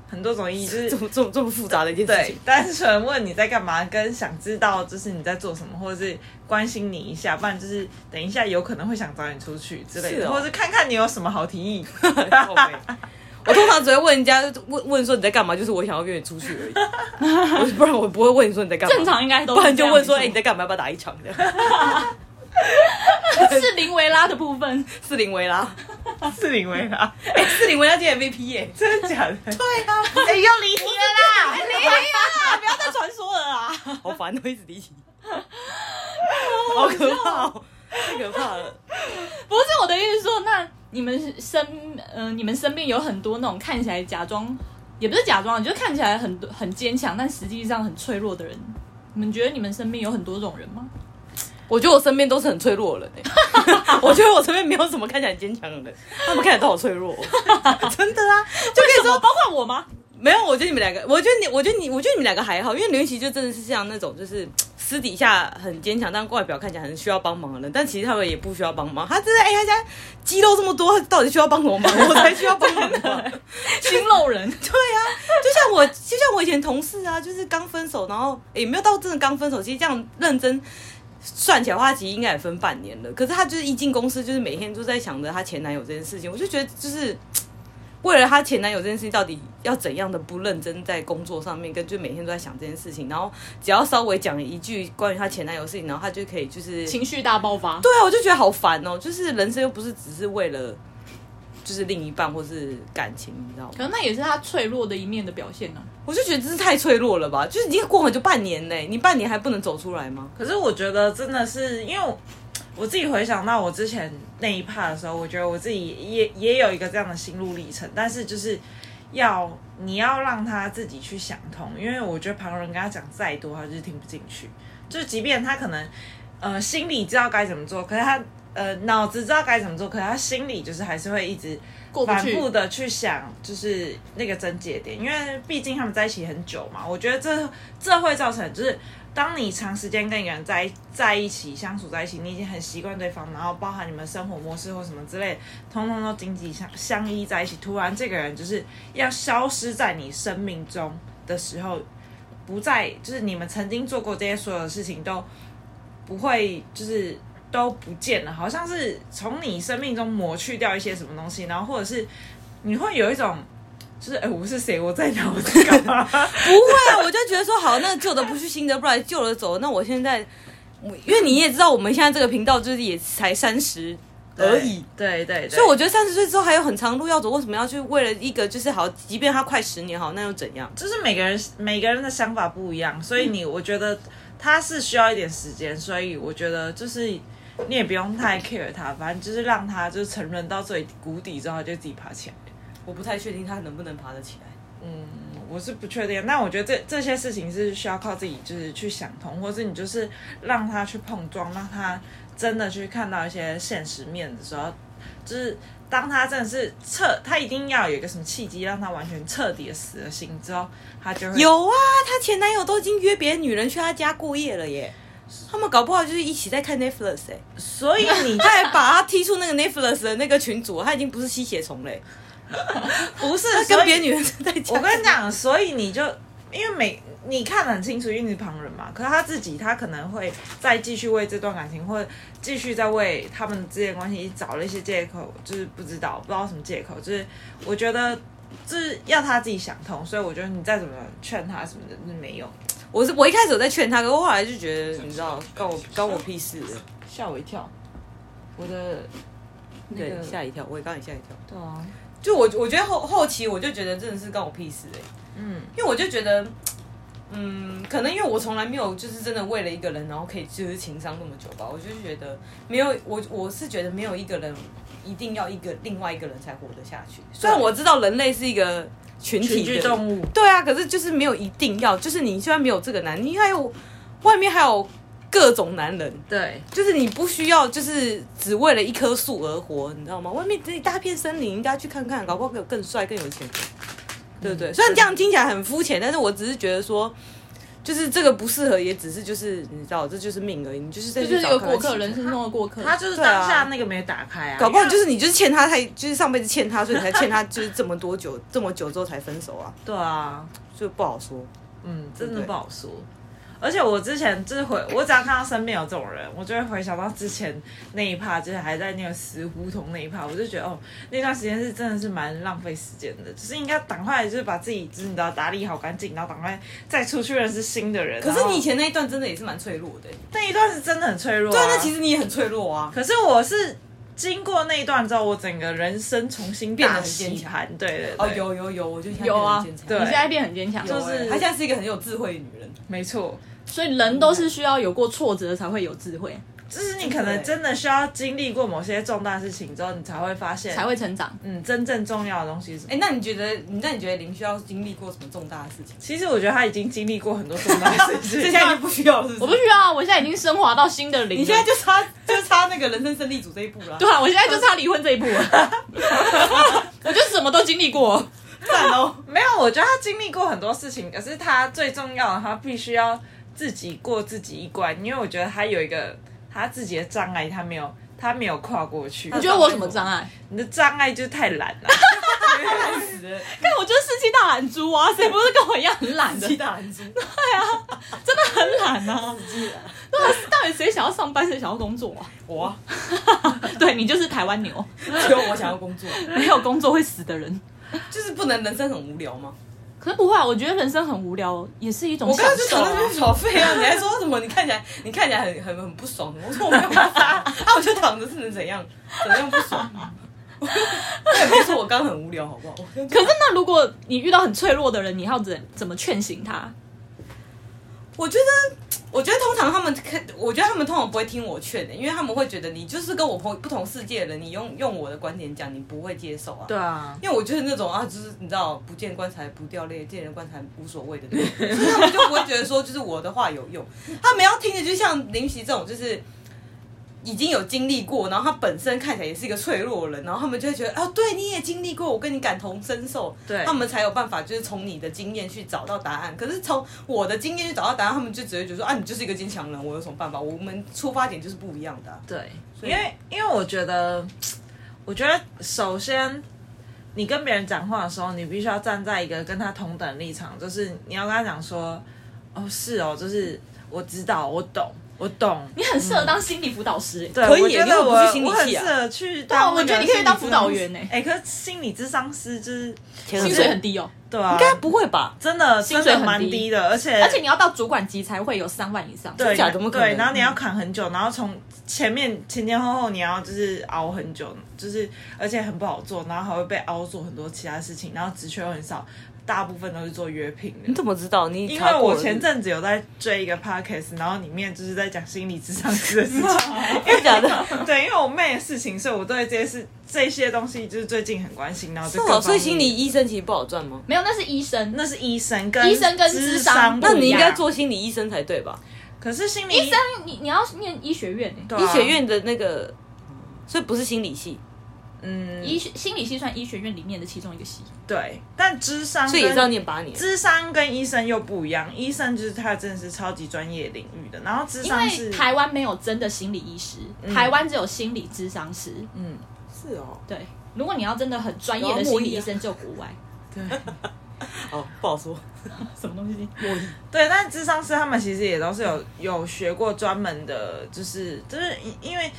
Speaker 1: 很多种意义
Speaker 3: [LAUGHS]
Speaker 1: 就是
Speaker 3: 这么这么这么复杂的一件事
Speaker 1: 对
Speaker 3: 情，，
Speaker 1: 单纯问你在干嘛，跟想知道就是你在做什么，或者是关心你一下，不然就是等一下有可能会想找你出去之类
Speaker 3: 是
Speaker 1: 的，
Speaker 3: 哦
Speaker 1: 或者是看看你有什么好提议。 [LAUGHS]
Speaker 3: 靠北 [LAUGHS] 我通常只会问人家问问说你在干嘛，就是我想要约你出去而已， [LAUGHS] 我不然我不会问你说你在干嘛。
Speaker 2: 正常应该都
Speaker 3: 不
Speaker 2: 是
Speaker 3: 然就问说，哎、
Speaker 2: 这样
Speaker 3: 你在干嘛？要不要打一场？这样
Speaker 2: 子 [LAUGHS] 是林维拉的部分，
Speaker 3: [LAUGHS] 四零维 [LAUGHS] 拉，
Speaker 1: 是林薇啦，
Speaker 3: 哎、四零维拉今天 MVP 耶、
Speaker 1: 真的假的？对啊，哎、要离题了啦！
Speaker 2: 不要再传说了啊！
Speaker 3: 好烦哦，一直离 [LAUGHS] 题，好可怕哦，太可怕了。
Speaker 2: 不是我的意思是说，那你们身呃，你们身边有很多那种看起来假装，也不是假装，就是看起来很很坚强，但实际上很脆弱的人。你们觉得你们身边有很多这种人吗？
Speaker 3: 我觉得我身边都是很脆弱的人、 [LAUGHS] 欸，我觉得我身边没有什么看起来很坚强的人，他们看起来都好脆 [LAUGHS] 弱、哦，真的啊，就
Speaker 2: 为
Speaker 3: 可
Speaker 2: 什
Speaker 3: 以说
Speaker 2: 么包括我吗？
Speaker 3: 没有，我觉得你们两个，我觉得你，我觉得你，我觉得你们两个还好，因为刘云奇就真的是像那种就是嘖私底下很坚强，但外表看起来很需要帮忙的人，但其实他们也不需要帮忙。他真的，哎、他家肌肉这么多，他到底需要帮什么忙？我才需要帮忙吧。
Speaker 2: 新漏人，
Speaker 3: 对啊，就像我，就像我以前同事啊，就是刚分手，然后也没有到真的刚分手，其实这样认真算起来的话，其实应该也分半年了。可是她就是一进公司，就是每天都在想着她前男友这件事情，我就觉得就是。为了她前男友这件事情，到底要怎样的不认真在工作上面，跟就每天都在想这件事情，然后只要稍微讲一句关于她前男友的事情，然后她就可以就是
Speaker 2: 情绪大爆发。
Speaker 3: 对啊，我就觉得好烦哦，就是人生又不是只是为了就是另一半或是感情，你知道吗？
Speaker 2: 可能那也是他脆弱的一面的表现呢、
Speaker 3: 我就觉得真是太脆弱了吧？就是已经过了就半年嘞，你半年还不能走出来 [LAUGHS] 吗？
Speaker 1: 可是我觉得真的是因为我。我自己回想到我之前那一趴的时候，我觉得我自己也也有一个这样的心路历程，但是就是要你要让他自己去想通，因为我觉得旁人跟他讲再多，他就是听不进去。就即便他可能呃心里知道该怎么做，可是他呃脑子知道该怎么做，可是他心里就是还是会一直
Speaker 2: 过不
Speaker 1: 反
Speaker 2: 去。
Speaker 1: 复的去想，就是那个症结点，因为毕竟他们在一起很久嘛，我觉得这这会造成就是。当你长时间跟一个人在在一起相处在一起，你已经很习惯对方，然后包含你们生活模式或什么之类，通通都紧紧相相依在一起。突然这个人就是要消失在你生命中的时候，不再就是你们曾经做过这些所有的事情都不会就是都不见了，好像是从你生命中抹去掉一些什么东西，然后或者是你会有一种就是哎、我是谁，我在哪，我在干嘛？
Speaker 3: 不会啊，我就觉得说好，那旧的不去，新的不来，旧的走。那我现在，我因为你也知道，我们现在这个频道就是也才三十 [LAUGHS] 而已。
Speaker 1: 对对对，
Speaker 3: 所以我觉得三十岁之后还有很长路要走，为什么要去为了一个就是好，即便他快十年好，那又怎样？
Speaker 1: 就是每个人每个人的想法不一样，所以你我觉得他是需要一点时间，所以我觉得就是你也不用太 care 他，反正就是让他就是沉沦到最谷底之后，他就自己爬起来。
Speaker 3: 我不太确定他能不能爬得起来。
Speaker 1: 我是不确定，但我觉得这这些事情是需要靠自己，就是去想通，或是你就是让他去碰撞，让他真的去看到一些现实面的时候，就是当他真的是彻，他一定要有一个什么契机，让他完全彻底的死了心之后，他就会
Speaker 3: 有啊，她前男友都已经约别的女人去她家过夜了耶。他们搞不好就是一起在看 Netflix 哎、
Speaker 1: 所以你
Speaker 3: [LAUGHS] 他还把他踢出那个 Netflix 的那个群组，他已经不是吸血虫嘞、
Speaker 1: 不是
Speaker 3: 他
Speaker 1: 所
Speaker 3: [LAUGHS] 跟
Speaker 1: 以
Speaker 3: 别的女人在家。
Speaker 1: 我跟你，讲，所以你就因为每你看得很清楚，因为你是旁人嘛。可是他自己，他可能会再继续为这段感情，或者继续再为他们之间的关系找了一些借口，就是不知道不知道什么借口。就是我觉得，就是要他自己想通。所以我觉得你再怎么劝他什么的，那没用。
Speaker 3: 我是我一开始有在劝他，可是我后来就觉得，你知道，关我关我屁事了。
Speaker 1: 吓我一跳，我的那
Speaker 3: 对，
Speaker 1: 个
Speaker 3: 吓一跳，我也刚你吓一跳。
Speaker 1: 对啊，
Speaker 3: 就我我觉得后后期我就觉得真的是关我屁事哎、
Speaker 1: 嗯，
Speaker 3: 因为我就觉得，嗯，可能因为我从来没有就是真的为了一个人，然后可以就是情商那么久吧。我就觉得没有我我是觉得没有一个人一定要一个另外一个人才活得下去。虽然我知道人类是一个群
Speaker 1: 群
Speaker 3: 体
Speaker 1: 居
Speaker 3: 的
Speaker 1: 动物，
Speaker 3: 对啊，可是就是没有一定要，就是你虽然没有这个男，你还有外面还有各种男人，
Speaker 1: 对，
Speaker 3: 就是你不需要就是只为了一棵树而活，你知道吗？外面这一大片森林，大家去看看，搞不好
Speaker 2: 嗯
Speaker 3: 有更帅、更有钱的，对不对？虽然这样听起来很肤浅，但是我只是觉得说，就是这个不适合，也只是就是你知道，这就是命而已，你就是再
Speaker 2: 就
Speaker 3: 去
Speaker 2: 是
Speaker 3: 找
Speaker 2: 有
Speaker 3: 看
Speaker 2: 过
Speaker 3: 看
Speaker 2: 客，
Speaker 3: 其
Speaker 2: 人
Speaker 3: 他
Speaker 2: 生中的过客。
Speaker 1: 他就是
Speaker 3: 对啊
Speaker 1: 当下那个没打开啊，
Speaker 3: 搞不好就是你就是欠他太，就是上辈子欠他，所以才欠他，就是这么多久，这么久之后才分手啊，
Speaker 1: 对啊，
Speaker 3: 就不好说。
Speaker 1: 嗯，真的
Speaker 3: 对
Speaker 1: 不好说。而且我之前就是回，我只要看到身边有这种人，我就会回想到之前那一趴，就是还在那个死胡同那一趴，我就觉得哦，那段时间是真的是蛮浪费时间的，就是应该赶快就是把自己就是你知道打理好干净，然后赶快再出去认识新的人。
Speaker 3: 可是
Speaker 1: 然后
Speaker 3: 你以前那一段真的也是蛮脆弱的、欸
Speaker 1: 那一段是真的很脆弱、啊，
Speaker 3: 对啊，那其实你也很脆弱啊。
Speaker 1: 可是我是经过那一段之后，我整个人生重新变得很
Speaker 3: 变得很
Speaker 1: 洗
Speaker 3: 坚强
Speaker 1: 盘，对对
Speaker 3: 哦，
Speaker 1: 对，
Speaker 3: 有有有，我欸就
Speaker 2: 有啊，
Speaker 1: 对嗯
Speaker 2: 你现在变很坚强，
Speaker 1: 就
Speaker 2: 就是是
Speaker 3: 她现在是一个很有智慧的女人。
Speaker 1: 没错，
Speaker 2: 所以人都是需要有过挫折才会有智慧，
Speaker 1: 就是你可能
Speaker 3: 欸
Speaker 1: 真的需要经历过某些重大事情之后，你才会发现，
Speaker 2: 才会成长。
Speaker 1: 嗯，真正重要的东西是什么。
Speaker 3: 哎、那你觉得，那你觉得林需要经历过什么重大的事情？
Speaker 1: 其实我觉得他已经经历过很多重大的事情
Speaker 3: 这
Speaker 2: [LAUGHS]
Speaker 3: 现，在就不需要了，是
Speaker 2: 我
Speaker 3: 不
Speaker 2: 不
Speaker 3: 是？
Speaker 2: 需要啊，我现在已经升华到新的零了。
Speaker 3: 你现在就差就差那个人生胜利组这一步
Speaker 2: [LAUGHS]
Speaker 3: 了。
Speaker 2: 对啊，我现在就差离婚这 [LAUGHS] 一步了，我就什么都经历过。
Speaker 3: 赞哦！
Speaker 1: 没有，我觉得他经历过很多事情，可是他最重要的，他必须要自己过自己一关，因为我觉得他有一个他自己的障碍，他没有他没有跨过去。
Speaker 2: 你觉得我有什么障碍？
Speaker 1: 你的障碍就是太懒
Speaker 2: [LAUGHS]
Speaker 1: 了。
Speaker 2: 看，我就是世纪大懒猪啊，谁不是跟我一样很懒的？
Speaker 3: [LAUGHS] 七大人
Speaker 2: [LAUGHS]
Speaker 3: 猪，
Speaker 2: 真的很懒啊！对啊，到底谁想要上班，谁想要工作啊？
Speaker 3: [LAUGHS] 我啊
Speaker 2: [LAUGHS] 对你就是台湾牛，
Speaker 3: 只有我想要工作，
Speaker 2: [LAUGHS] 没有工作会死的人。
Speaker 3: 就是不能人生很无聊吗？
Speaker 2: 可是不会啊，我觉得人生很无聊，也是一种
Speaker 3: 我
Speaker 2: 享
Speaker 3: 刚刚就
Speaker 2: 受
Speaker 3: 想
Speaker 2: 啊、
Speaker 3: 到那边耍废啊！你还说什么？你看起来你看起来很很很不爽，我说我没有办法 [LAUGHS] 啊，我就躺着是能怎样？怎样不爽？我也没说我刚很无聊，好不好？
Speaker 2: 可是那如果你遇到很脆弱的人，你要怎怎么劝醒他？
Speaker 3: 我觉得，我觉得通常他们看，我觉得他们通常不会听我劝的、因为他们会觉得你就是跟我朋不同世界的人，你用用我的观点讲，你不会接受啊。
Speaker 1: 对啊，
Speaker 3: 因为我就是那种啊，就是你知道，不见棺材不掉泪，见人棺材无所谓的那种，所以他们就不会觉得说，就是我的话有用。他们要听的，就像林夕这种，就是已经有经历过，然后他本身看起来也是一个脆弱的人，然后他们就会觉得，哦，对，你也经历过，我跟你感同身受，
Speaker 1: 对
Speaker 3: 他们才有办法就是从你的经验去找到答案。可是从我的经验去找到答案，他们就只会觉得说，啊，你就是一个坚强人，我有什么办法？我们出发点就是不一样的啊、
Speaker 1: 对，因
Speaker 3: 所以
Speaker 1: 为因为我觉得，我觉得首先，你跟别人讲话的时候，你必须要站在一个跟他同等立场，就是你要跟他讲说，哦，是哦，就是我知道，我懂，我
Speaker 2: [LAUGHS]
Speaker 1: 懂。
Speaker 2: 你很适合当心理辅导师、欸
Speaker 1: 对，
Speaker 3: 可以
Speaker 1: 我
Speaker 3: 耶
Speaker 1: 觉
Speaker 3: 因为
Speaker 1: 得
Speaker 3: 我
Speaker 1: 我
Speaker 3: 不是心理
Speaker 1: 我很
Speaker 3: 系
Speaker 1: 适
Speaker 3: 啊
Speaker 1: 合去
Speaker 2: 啊
Speaker 1: 当那
Speaker 2: 我
Speaker 1: 个心理咨商师。
Speaker 2: 觉得你可以当辅导员欸
Speaker 1: 哎，可是心理智商师就是
Speaker 2: 薪水很低哦、
Speaker 1: 对啊，
Speaker 3: 应该不会吧？
Speaker 1: 真的
Speaker 2: 薪
Speaker 1: 真
Speaker 2: 水
Speaker 1: 的
Speaker 2: 很
Speaker 1: 蛮
Speaker 2: 低
Speaker 1: 低的，而且
Speaker 2: 而且你要到主管级才会有三万以上。
Speaker 1: 对
Speaker 3: 假的怎么可能嗯
Speaker 1: 对，然后你要砍很久，然后从前面前前后后你要就是熬很久，就是而且很不好做，然后还会被熬做很多其他事情，然后职缺又很少，大部分都是做约聘
Speaker 3: 你
Speaker 1: 的。
Speaker 3: 怎么知道？你
Speaker 1: 因
Speaker 3: 查
Speaker 1: 为
Speaker 3: 过
Speaker 1: 我
Speaker 3: 了是
Speaker 1: 前
Speaker 3: 不是
Speaker 1: 阵子有在追一个 podcast，然后里面就是在讲心理智商师的事情。
Speaker 3: [LAUGHS] 真的假的？
Speaker 1: 对，因为我妹的事情，所以我对这些事这些东西就是最近很关心，然后就是各
Speaker 3: 哦，
Speaker 1: 方
Speaker 3: 所以心
Speaker 1: 面
Speaker 3: 理医生其实不好赚吗？
Speaker 2: 没有，那是医生。
Speaker 1: 那是医生跟
Speaker 2: 医生跟
Speaker 1: 智
Speaker 2: 智商
Speaker 1: 不
Speaker 3: 那
Speaker 1: 一
Speaker 3: 你应该
Speaker 1: 样，
Speaker 3: 做心理医生才对吧？
Speaker 1: 可是心理
Speaker 2: 医生，你你要念医学院、欸
Speaker 1: 对啊
Speaker 3: 医学院的那个，所以不是心理系，
Speaker 1: 嗯
Speaker 2: 医学心理系算医学院里面的其中一个系。
Speaker 1: 对，但智商
Speaker 3: 所以也
Speaker 1: 跟
Speaker 3: 是要念八年。
Speaker 1: 智商跟医生又不一样，医生就是他真的是超级专业领域的，然后智
Speaker 2: 因
Speaker 1: 商
Speaker 2: 为
Speaker 1: 是
Speaker 2: 台湾没有真的心理医师，台湾只有心理咨商师。
Speaker 1: 嗯
Speaker 3: 是哦，
Speaker 2: 对，如果你要真的很专业的心理医生，只有国外。
Speaker 1: 对
Speaker 3: 哦，不好说。
Speaker 2: 什么东西？
Speaker 1: 对，但智商师他们其实也都是有有学过专门的，就是就是因因为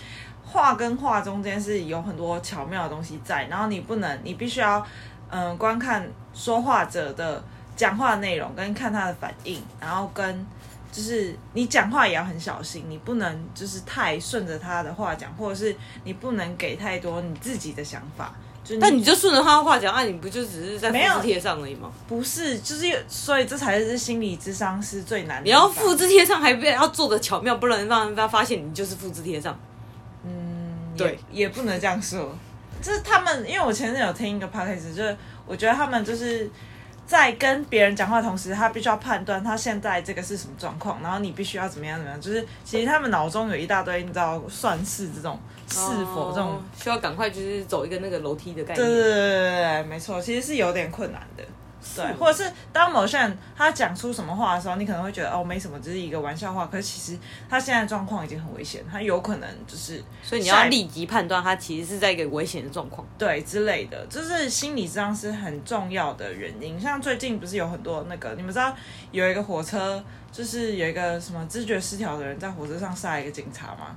Speaker 1: 画跟画中间是有很多巧妙的东西在，然后你不能你必须要嗯、呃观看说话者的讲话内容跟看他的反应，然后跟。就是你讲话也要很小心，你不能就是太顺着他的话讲，或者是你不能给太多你自己的想法。就是
Speaker 3: 那你就顺着他的话讲，那啊你不就只是在复
Speaker 1: 没有
Speaker 3: 制贴上而已吗？
Speaker 1: 不是，就是有所以这才是心理智商是最难的。
Speaker 3: 你要复，制贴上，还不要做的巧妙，不能让人家发现你就是复制贴上。对
Speaker 1: 也也不能这样说。就是他们，因为我前阵有听一个 podcast，就是我觉得他们就是在跟别人讲话的同时，他必须要判断他现在这个是什么状况，然后你必须要怎么样怎么样。就是其实他们脑中有一大堆，你知道算式这种是否这种
Speaker 3: 哦，需要赶快就是走一个那个楼梯的概
Speaker 1: 对对
Speaker 3: 念。
Speaker 1: 对对对，对没错，其实是有点困难的。对，或者是当某些人他讲出什么话的时候，你可能会觉得哦没什么，只是一个玩笑话。可是其实他现在的状况已经很危险，他有可能就是
Speaker 3: 所以你
Speaker 1: 下
Speaker 3: 要
Speaker 1: 一
Speaker 3: 立即判断他其实是在一个危险的状况。
Speaker 1: 对之类的，就是心理智商是很重要的原因。像最近不是有很多那个，你们知道有一个火车，就是有一个什么知觉失调的人在火车上杀一个警察吗？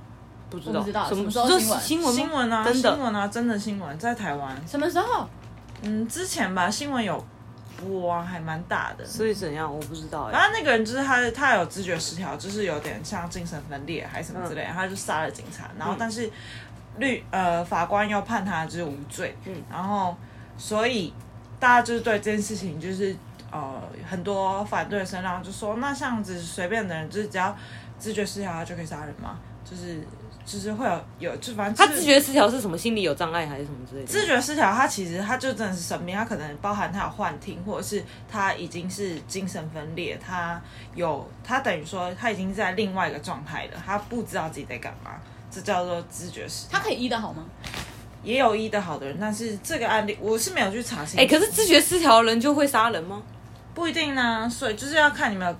Speaker 3: 不知
Speaker 2: 我不知道
Speaker 3: 什么
Speaker 2: 什么时候
Speaker 3: 这
Speaker 2: 新闻
Speaker 3: 是
Speaker 1: 新
Speaker 3: 新闻吗
Speaker 1: 闻啊，
Speaker 3: 哦真
Speaker 1: 新
Speaker 3: 的
Speaker 1: 闻啊，真的新闻，在台湾，
Speaker 2: 什么时候？
Speaker 1: 嗯，之前吧，新闻有播啊，还蛮大的。
Speaker 3: 所以怎样我不知道哎、
Speaker 1: 然后那个人就是他，他有知觉失调，就是有点像精神分裂还是什么之
Speaker 3: 嗯
Speaker 1: 类的，他就杀了警察。然后但是律呃法官又判他就是无罪，
Speaker 3: 嗯
Speaker 1: 然后所以大家就是对这件事情就是呃很多反对声浪，就说那这样子随便的人就是只要知觉失调他就可以杀人吗？就是就是会有有就反正、
Speaker 3: 他
Speaker 1: 就是、
Speaker 3: 自觉失调是什么心理有障碍还是什么之类的？
Speaker 1: 知觉失调，它其实它就真的是生病，它可能包含他有幻听，或者是他已经是精神分裂，他有他等于说他已经在另外一个状态了，他不知道自己在干嘛，这叫做知觉失
Speaker 2: 他
Speaker 1: 调。
Speaker 2: 可以医的好吗？
Speaker 1: 也有医的好的人，但是这个案例我是没有去查清楚。
Speaker 3: 哎、可是知觉失调的人就会杀人吗？
Speaker 1: 不一定呢，所以就是要看你们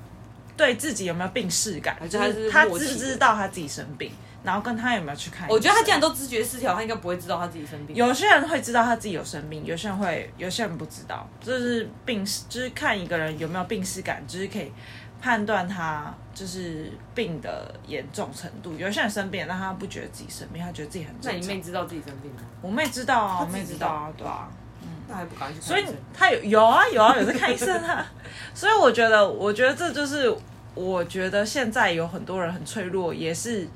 Speaker 1: 对自己有没有病视感，
Speaker 3: 还是
Speaker 1: 就
Speaker 3: 他是
Speaker 1: 是他
Speaker 3: 默契
Speaker 1: 知
Speaker 3: 的
Speaker 1: 不知道他自己生病，然后跟他有没有去看医生。
Speaker 3: 我觉得他既然都知觉失调，他应该不会知道他自己生病。
Speaker 1: 有些人会知道他自己有生病，有些人会，有些人不知道，就是病史，就是看一个人有没有病史感，就是可以判断他就是病的严重程度。有些人生病，但他不觉得自己生病，他觉得自己很
Speaker 3: 那
Speaker 1: 正
Speaker 3: 你妹
Speaker 1: 常。
Speaker 3: 知道自己生病吗？
Speaker 1: 我妹知道啊，我
Speaker 3: 她自
Speaker 1: 妹
Speaker 3: 己
Speaker 1: 知
Speaker 3: 知
Speaker 1: 道
Speaker 3: 道
Speaker 1: 啊，对啊，
Speaker 3: 那还不赶快去看
Speaker 1: 所以
Speaker 3: 医生
Speaker 1: 她有有啊有啊有在看医生啊， [LAUGHS] 所以我觉得，我觉得这就是我觉得现在有很多人很脆弱，也是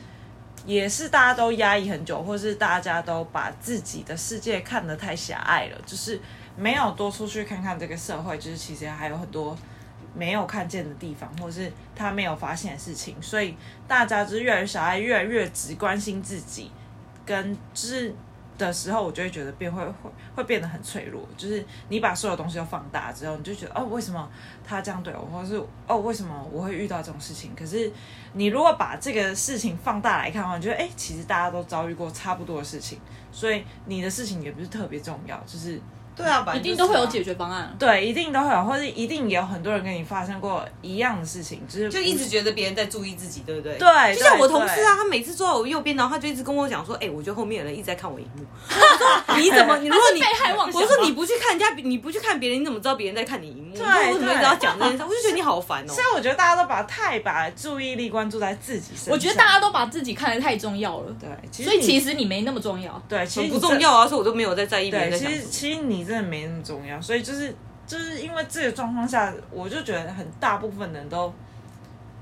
Speaker 1: 也是大家都压抑很久，或是大家都把自己的世界看得太狭隘了，就是没有多出去看看这个社会，就是其实还有很多没有看见的地方，或是他没有发现的事情，所以大家就是越来越狭隘，越来越只关心自己，跟就是。的时候，我就会觉得变会会会变得很脆弱，就是你把所有东西都放大之后，你就觉得哦，为什么他这样对我，或是哦，为什么我会遇到这种事情？可是你如果把这个事情放大来看的话，你觉得哎、诶其实大家都遭遇过差不多的事情，所以你的事情也不是特别重要，就是
Speaker 4: 对啊，
Speaker 2: 一定都会有解
Speaker 4: 决，
Speaker 2: 决方案。
Speaker 1: 对，一定都会有，或者一定也有很多人跟你发生过一样的事情，就是
Speaker 4: 就一直觉得别人在注意自己，对不对？
Speaker 1: 对，
Speaker 3: 就像我
Speaker 1: 对
Speaker 3: 同事啊，，他每次坐在我右边，然后他就一直跟我讲说：“哎、我觉得后面有人一直在看我荧
Speaker 1: [LAUGHS]
Speaker 3: 幕。”我说：“你怎么？你如果你
Speaker 2: 被害妄想
Speaker 3: 我说
Speaker 2: 吗
Speaker 3: 你不去看人家，你不去看别人，你怎么知道别人在看你荧幕？
Speaker 1: 对
Speaker 3: 我说我怎么一直要
Speaker 1: 对
Speaker 3: 讲这件事？我就觉得你好烦哦、
Speaker 1: 对所以我觉得大家都把太把注意力关注在自己身上，
Speaker 2: 我觉得大家都把自己看得太重要了，
Speaker 1: 对，其实
Speaker 2: 所以
Speaker 1: 你
Speaker 2: 其实你没那么重要。
Speaker 1: 对其实
Speaker 3: 很
Speaker 1: 你
Speaker 3: 不
Speaker 1: 这
Speaker 3: 重要啊，所以我都没有在在意别人在
Speaker 1: 对，其
Speaker 3: 想什
Speaker 1: 实
Speaker 3: 么。
Speaker 1: 其实你真的没那么重要，所以就是就是因为这个状况下，我就觉得很大部分人都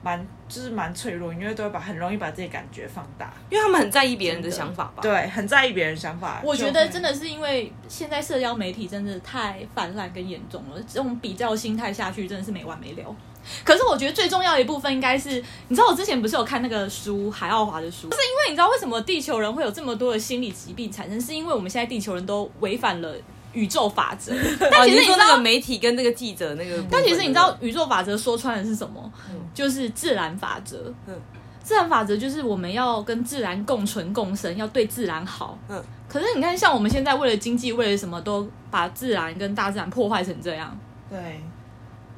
Speaker 1: 蛮就是蛮脆弱，因为都会把很容易把自己感觉放大，
Speaker 3: 因为他们很在意别人的想法吧。
Speaker 1: 对，很在意别人想法。
Speaker 2: 我觉得真
Speaker 1: 的
Speaker 2: 的是因为现在社交媒体真的太泛滥跟严重了，这种比较心态下去真的是没完没了。可是我觉得最重要的一部分应该是，你知道我之前不是有看那个书海奥华的书，就是因为你知道为什么地球人会有这么多的心理疾病产生，是因为我们现在地球人都违反了宇宙法则。
Speaker 3: 哦，
Speaker 2: 但其实
Speaker 3: 你是
Speaker 2: 你知
Speaker 3: 说那
Speaker 2: 道
Speaker 3: 个媒体跟那个记者那个部分，
Speaker 2: 但其实你知道宇宙法则说穿的是什么？就是自然法则。
Speaker 3: 嗯
Speaker 2: 自然法则就是我们要跟自然共存共生，要对自然好。
Speaker 3: 嗯
Speaker 2: 可是你看，像我们现在为了经济，为了什么都把自然跟大自然破坏成这样，
Speaker 1: 对，